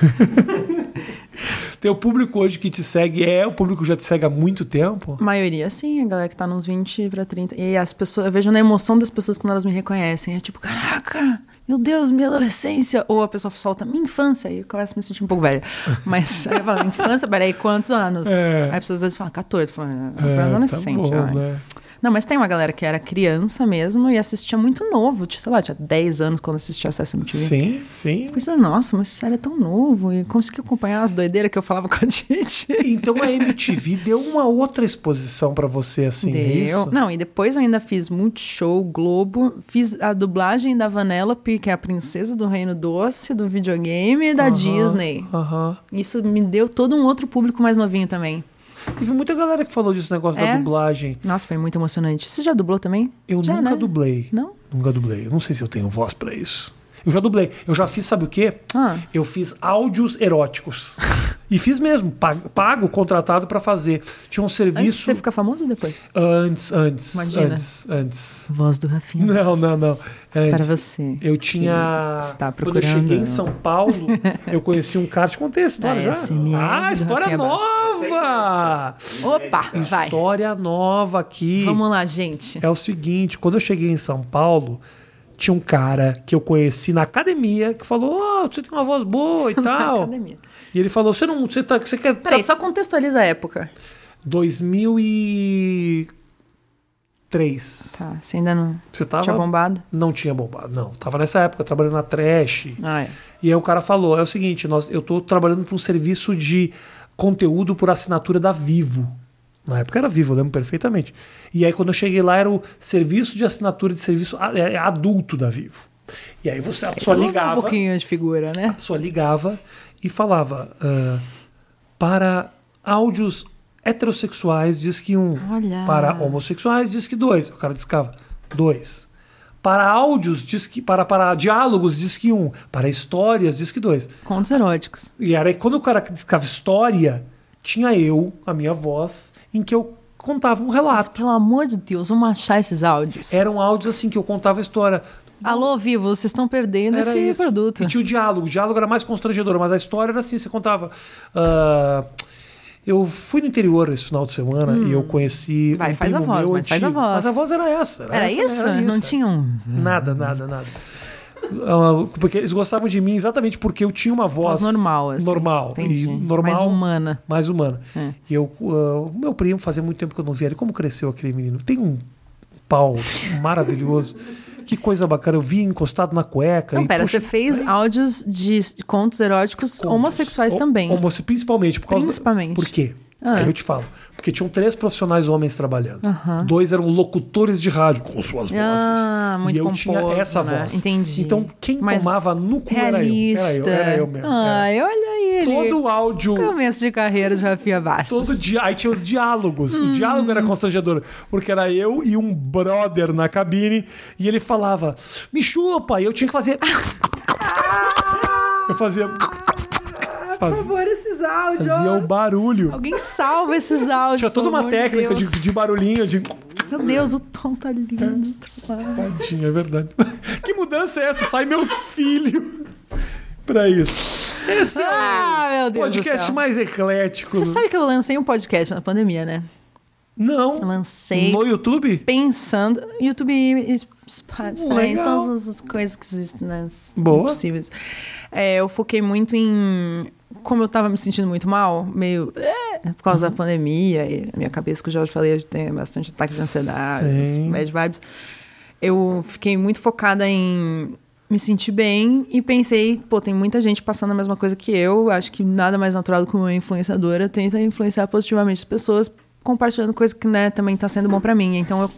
A: Teu público hoje que te segue é o público que já te segue há muito tempo?
B: A maioria, sim, a galera que tá nos 20 pra 30. E as pessoas, eu vejo na emoção das pessoas quando elas me reconhecem. É tipo, caraca, meu Deus, minha adolescência. Ou a pessoa solta, minha infância. E eu começo a me sentir um pouco velha. Mas aí eu falo, infância, peraí, quantos anos?
A: É.
B: Aí as pessoas às vezes falam, 14. Eu falo, "Ah,
A: É,
B: pra
A: tá
B: adolescente.
A: bom,
B: ai."
A: né?
B: Não, mas tem uma galera que era criança mesmo e assistia muito novo. Tinha, sei lá, tinha 10 anos quando assistia Acesso MTV.
A: Sim, sim.
B: Eu pensei, nossa, mas isso era tão novo e consegui acompanhar as doideiras que eu falava com a gente.
A: Então a MTV deu uma outra exposição pra você, assim, é isso?
B: Não, e depois eu ainda fiz Multishow, Globo, fiz a dublagem da Vanellope, que é a princesa do Reino Doce, do videogame e da
A: Aham,
B: Disney.
A: aham.
B: Isso me deu todo um outro público mais novinho também.
A: Teve muita galera que falou desse negócio da
B: É?
A: dublagem.
B: Nossa, foi muito emocionante. Você já dublou também?
A: Eu
B: Já,
A: nunca
B: né?
A: dublei.
B: Não?
A: Nunca dublei. Eu não sei se eu tenho voz pra isso. Eu já dublei. Eu já fiz, sabe o quê?
B: Ah.
A: Eu fiz áudios eróticos. e fiz mesmo, pago, pago contratado pra fazer. Tinha um
B: Antes de
A: serviço.
B: você ficar famoso ou depois?
A: Antes, antes,
B: Imagina.
A: antes, antes.
B: Voz do Rafinha.
A: Não, não, não.
B: Para
A: Antes.
B: você.
A: Eu tinha.
B: está
A: Quando eu cheguei em
B: procurando.
A: São Paulo, eu conheci um cara. Te contei a história
B: É,
A: já?
B: SMS
A: ah,
B: do
A: história
B: Rafinha
A: nova!
B: Opa, vai.
A: História nova aqui.
B: Vamos lá, gente.
A: É o seguinte: quando eu cheguei em São Paulo, tinha um cara que eu conheci na academia que falou: Ó, você tem uma voz boa e tal.
B: Academia.
A: E ele falou: Você não. Você, tá, você quer.
B: Peraí, só contextualiza a época.
A: 2003.
B: Tá, você ainda não
A: Você tava.
B: tinha bombado?
A: Não tinha bombado, não. Tava nessa época trabalhando na trash.
B: Ah, é.
A: E aí o cara falou: é o seguinte, nós, eu tô trabalhando para um serviço de conteúdo por assinatura da Vivo. Na época era Vivo, eu lembro perfeitamente. E aí quando eu cheguei lá era o serviço de assinatura de serviço a- é, adulto da Vivo. E aí você a pessoa
B: Muda Um
A: ligava, a
B: pouquinho de figura, né?
A: pessoa ligava e falava ah, para áudios heterossexuais diz que um,
B: Olha.
A: para homossexuais diz que dois. O cara discava dois. Para áudios diz que para para diálogos diz que um, para histórias diz que dois.
B: Contos eróticos.
A: E era quando o cara discava história, tinha eu, a minha voz, em que eu contava um
B: Mas,
A: relato.
B: pelo amor de Deus, vamos achar esses áudios.
A: Eram áudios assim que eu contava a história.
B: Alô, vivo, vocês estão perdendo
A: Era
B: esse é
A: isso.
B: produto.
A: E tinha o diálogo. O diálogo era mais constrangedor, mas a história era assim, você contava. ah, eu fui no interior esse final de semana e eu conheci.
B: Hum. Vai,
A: um
B: faz a
A: primo
B: voz,
A: meu
B: mas faz a
A: antigo.
B: voz.
A: Mas a voz era essa. Era,
B: Era
A: essa,
B: isso? Não
A: era.
B: tinha um.
A: Nada, nada, nada. Ah, Porque eles gostavam de mim exatamente porque eu tinha uma voz.
B: Voz normal, assim.
A: Normal.
B: Entendi.
A: E normal.
B: Mais humana.
A: mais humana.
B: É.
A: E eu, ah, o meu primo, fazia muito tempo que eu não via ele. Como cresceu aquele menino? Tem um pau maravilhoso. Que coisa bacana. Eu vi encostado na cueca.
B: Não,
A: e,
B: pera,
A: puxa, É
B: você fez áudios de contos eróticos
A: contos.
B: homossexuais
A: Ho-
B: também.
A: homosse- principalmente. Por causa da-
B: Principalmente.
A: por quê?
B: Ah.
A: Aí eu te falo. Porque tinham três profissionais homens trabalhando.
B: Aham.
A: Dois eram locutores de rádio com suas vozes.
B: Ah, muito
A: e eu
B: pomposo,
A: tinha essa
B: né?
A: voz.
B: Entendi.
A: Então quem
B: Mais
A: tomava no cu era eu. Era eu,
B: Realista.
A: era eu mesmo. era.
B: Ai, olha Ah, ele. é
A: Todo o áudio.
B: Começo de carreira de Rafinha Bastos.
A: Todo dia. Aí tinha os diálogos. O diálogo
B: Hum.
A: era constrangedor. Porque era eu e um brother na cabine. E ele falava, me chupa. E eu tinha que fazer. Eu fazia.
B: Ah,
A: Fazia,
B: Por favor, esses áudios.
A: fazia o barulho.
B: Alguém salva esses áudios.
A: Tinha toda
B: pelo
A: uma
B: amor de
A: técnica de,
B: Deus.
A: de barulhinho. De...
B: Meu Deus, o Tom tá lindo. Tom.
A: Tadinho, é verdade. Que mudança é essa? Sai meu filho. Pra isso. Esse é
B: Ah, meu
A: o
B: Deus. do
A: podcast
B: céu.
A: mais eclético.
B: Você sabe que eu lancei um podcast na pandemia, né?
A: Não.
B: Lancei
A: No YouTube?
B: pensando. YouTube e Spotify,
A: Legal.
B: todas as coisas que existem nas
A: Boa.
B: possíveis. É, eu foquei muito em. Como eu tava me sentindo muito mal, meio. é, por causa da pandemia, e a minha cabeça, que eu já te falei, eu tenho bastante ataque de ansiedade,
A: Sim.
B: bad vibes. Eu fiquei muito focada em me sentir bem e pensei, pô, tem muita gente passando a mesma coisa que eu. Acho que nada mais natural do que uma influenciadora tenta influenciar positivamente as pessoas, compartilhando coisa que né, também tá sendo bom para mim. Então eu,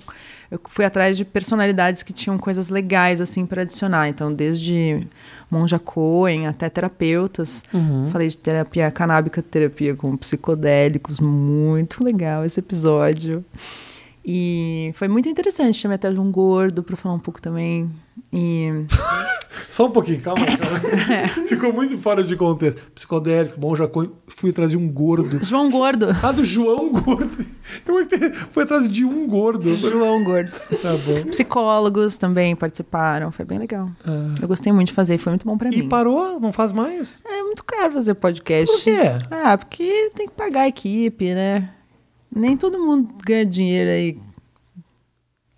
B: eu fui atrás de personalidades que tinham coisas legais assim para adicionar. Então desde monja Cohen até terapeutas.
A: Uhum.
B: Falei de terapia canábica, terapia com psicodélicos, muito legal esse episódio. E foi muito interessante. Chamei até de um gordo para falar um pouco também. E
A: Só um pouquinho, calma.
B: É.
A: calma. Ficou muito fora de contexto. Psicodélico, bom jacô, fui atrás de um gordo.
B: João Gordo.
A: Ah, do João Gordo. Eu entendi. Fui atrás de um gordo.
B: João Gordo.
A: Tá bom.
B: Psicólogos também participaram. Foi bem legal. Eu gostei muito de fazer. Foi muito bom para
A: Ah. E
B: mim.
A: parou? Não faz mais?
B: É muito caro fazer podcast.
A: Por quê?
B: Ah, porque tem que pagar a equipe, né? Nem todo mundo ganha dinheiro aí.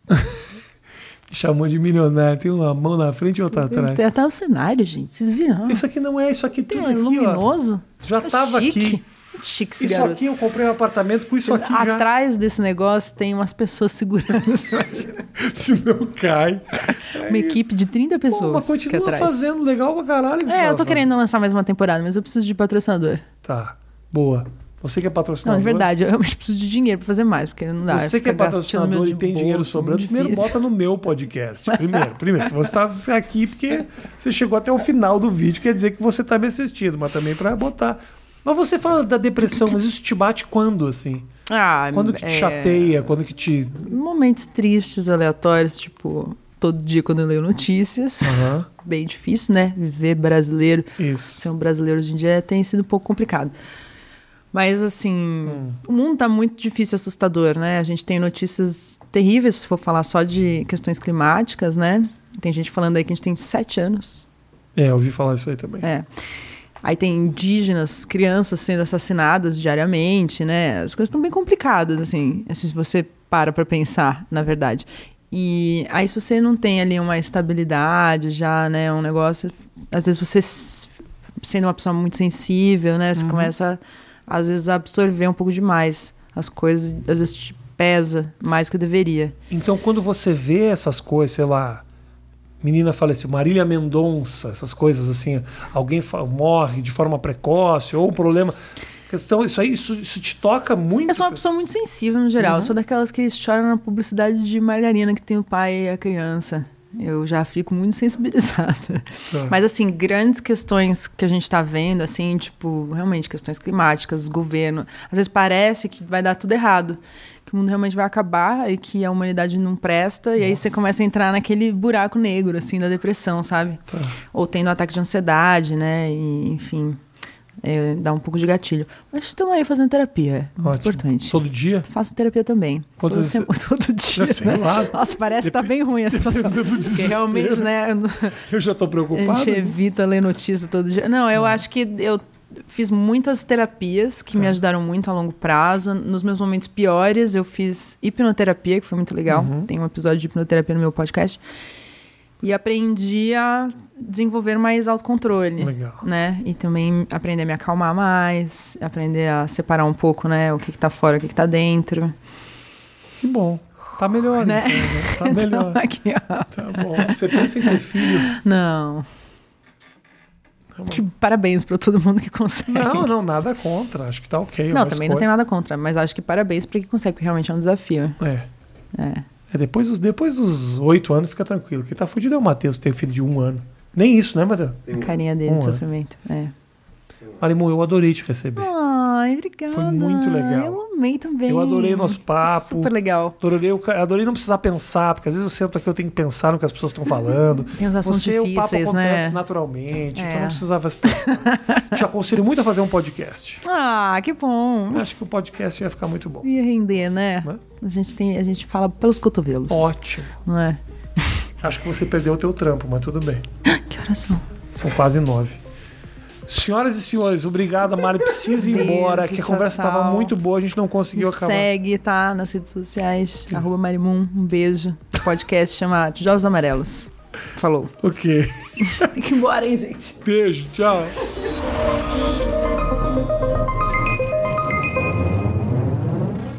A: Me chamou de milionário. Tem uma mão na frente e outra atrás.
B: Tem até o cenário, gente. Vocês viram?
A: Isso aqui não é, isso aqui
B: é
A: tudo aqui, ó.
B: luminoso.
A: Já
B: Tá
A: tava
B: chique.
A: aqui.
B: Muito Chique esse
A: Isso
B: garoto.
A: aqui eu comprei um apartamento com isso aqui já.
B: Atrás desse negócio tem umas pessoas segurando
A: Se não cai.
B: uma equipe de 30 pessoas.
A: É Pô, mas
B: que
A: continua
B: atrás.
A: fazendo legal pra caralho.
B: É, eu tô
A: Gustavo.
B: querendo lançar mais uma temporada, mas eu preciso de patrocinador.
A: Tá, boa. Você que é
B: Não,
A: patrocinador.
B: de verdade, eu realmente preciso de dinheiro pra fazer mais, porque não dá.
A: Você que é
B: fica gastando
A: patrocinador
B: meu
A: e tem dinheiro
B: bolso,
A: sobrando,
B: muito
A: primeiro
B: difícil.
A: bota no meu podcast. Primeiro, primeiro. Se você está aqui porque você chegou até o final do vídeo, quer dizer que você está me assistindo, mas também para botar. Mas você fala da depressão, mas isso te bate quando, assim?
B: Ah,
A: Quando que te
B: é,
A: chateia, quando que te.
B: Momentos tristes, aleatórios, tipo, todo dia quando eu leio notícias.
A: Aham.
B: Bem difícil, né? Viver brasileiro.
A: Isso.
B: ser um brasileiro hoje em dia tem sido um pouco complicado. Mas, assim,
A: É.
B: o mundo tá muito difícil e assustador, né? A gente tem notícias terríveis, se for falar só de questões climáticas, né? Tem gente falando aí que a gente tem sete anos.
A: É, eu ouvi falar isso aí também.
B: É. Aí tem indígenas, crianças sendo assassinadas diariamente, né? As coisas estão bem complicadas, assim, se você para pra pensar, na verdade. E aí se você não tem ali uma estabilidade já, né, um negócio, às vezes você s- sendo uma pessoa muito sensível, né, você começa às vezes a absorver um pouco demais as coisas, às vezes te pesa mais do que deveria.
A: Então, quando você vê essas coisas, sei lá, menina faleceu, Marília Mendonça, essas coisas assim, alguém fa- morre de forma precoce ou um problema. Questão, isso aí, isso, isso te toca muito. Uhum.
B: Eu sou uma pessoa muito sensível no geral. Eu sou daquelas que choram na publicidade de margarina que tem o pai e a criança. Eu já fico muito sensibilizada.
A: Tá.
B: Mas, assim, grandes questões que a gente está vendo, assim, tipo, realmente, questões climáticas, governo. Às vezes parece que vai dar tudo errado, que o mundo realmente vai acabar e que a humanidade não presta. E aí você começa a entrar naquele buraco negro, assim, da depressão, sabe?
A: Tá.
B: Ou tendo ataque de ansiedade, né? E, enfim, é, dá um pouco de gatilho. Mas estamos aí fazendo terapia. É muito
A: Ótimo.
B: importante.
A: Todo dia?
B: Faço terapia também.
A: Quantas
B: Todo,
A: vezes
B: sem- todo dia.
A: Já sei
B: né?
A: lá.
B: Nossa, parece que tá bem ruim a situação.
A: dependendo do
B: Porque realmente,
A: desespero.
B: né? eu não-
A: Eu já tô
B: a
A: preocupado.
B: gente evita ler notícia todo dia. Não, eu acho que eu fiz muitas terapias que me
A: Tá.
B: ajudaram muito a longo prazo. Nos meus momentos piores, eu fiz hipnoterapia, que foi muito legal.
A: Uhum.
B: Tem um episódio de hipnoterapia no meu podcast. E aprendi a desenvolver mais autocontrole
A: Legal.
B: né? E também aprender a me acalmar mais, aprender a separar um pouco, né? O que, que tá fora, o que, que tá dentro.
A: Que bom. Tá melhor,
B: Né?
A: então, né? Tá melhor.
B: Então, aqui, ó.
A: Tá bom. Você pensa em ter filho?
B: Não.
A: uma-
B: Que parabéns pra todo mundo que consegue.
A: Não, não, nada contra. Acho que tá ok. é
B: Não,
A: uma
B: também não tem
A: escolha.
B: nada contra, mas acho que parabéns pra quem consegue, porque realmente é um desafio.
A: É.
B: É.
A: É, depois, dos, depois dos oito anos, fica tranquilo. Quem tá fudido é o Matheus, que tem filho de um ano. Nem isso, né, Matheus?
C: Tem
B: A
C: um-
B: carinha dele,
A: Um
B: de
A: ano.
B: sofrimento. É.
A: Marimu, eu adorei te receber.
B: Ai, obrigada.
A: Foi muito legal.
B: Eu amei também.
A: eu adorei o nosso papo.
B: Super legal.
A: Adorei, o ca- adorei não precisar pensar, porque às vezes eu sento aqui eu tenho que pensar no que as pessoas estão falando.
B: Tem uns assuntos
A: Você, o papo
B: difíceis,
A: acontece
B: né?
A: naturalmente, então
B: É.
A: não precisava se preocupar. Te aconselho muito a fazer um podcast.
B: Ah, que bom.
A: Eu acho que o podcast ia ficar muito bom.
B: Ia render, né?
A: É. Né?
B: A gente tem, a gente fala pelos cotovelos.
A: Ótimo.
B: Não é?
A: Acho que você perdeu o teu trampo, mas tudo bem.
B: Que horas são?
A: São quase nove. Senhoras e senhores, obrigado, Mari. Precisa ir
B: Beijo,
A: embora, que a
B: tchau,
A: conversa estava
B: tchau.
A: muito boa, a gente não
B: Me
A: conseguiu acabar.
B: segue, tá? Nas redes sociais, arroba Marimum, um beijo. O podcast chama Tijolos Amarelos. Falou.
A: Ok.
B: Tem que ir embora, hein, gente?
A: Beijo, tchau.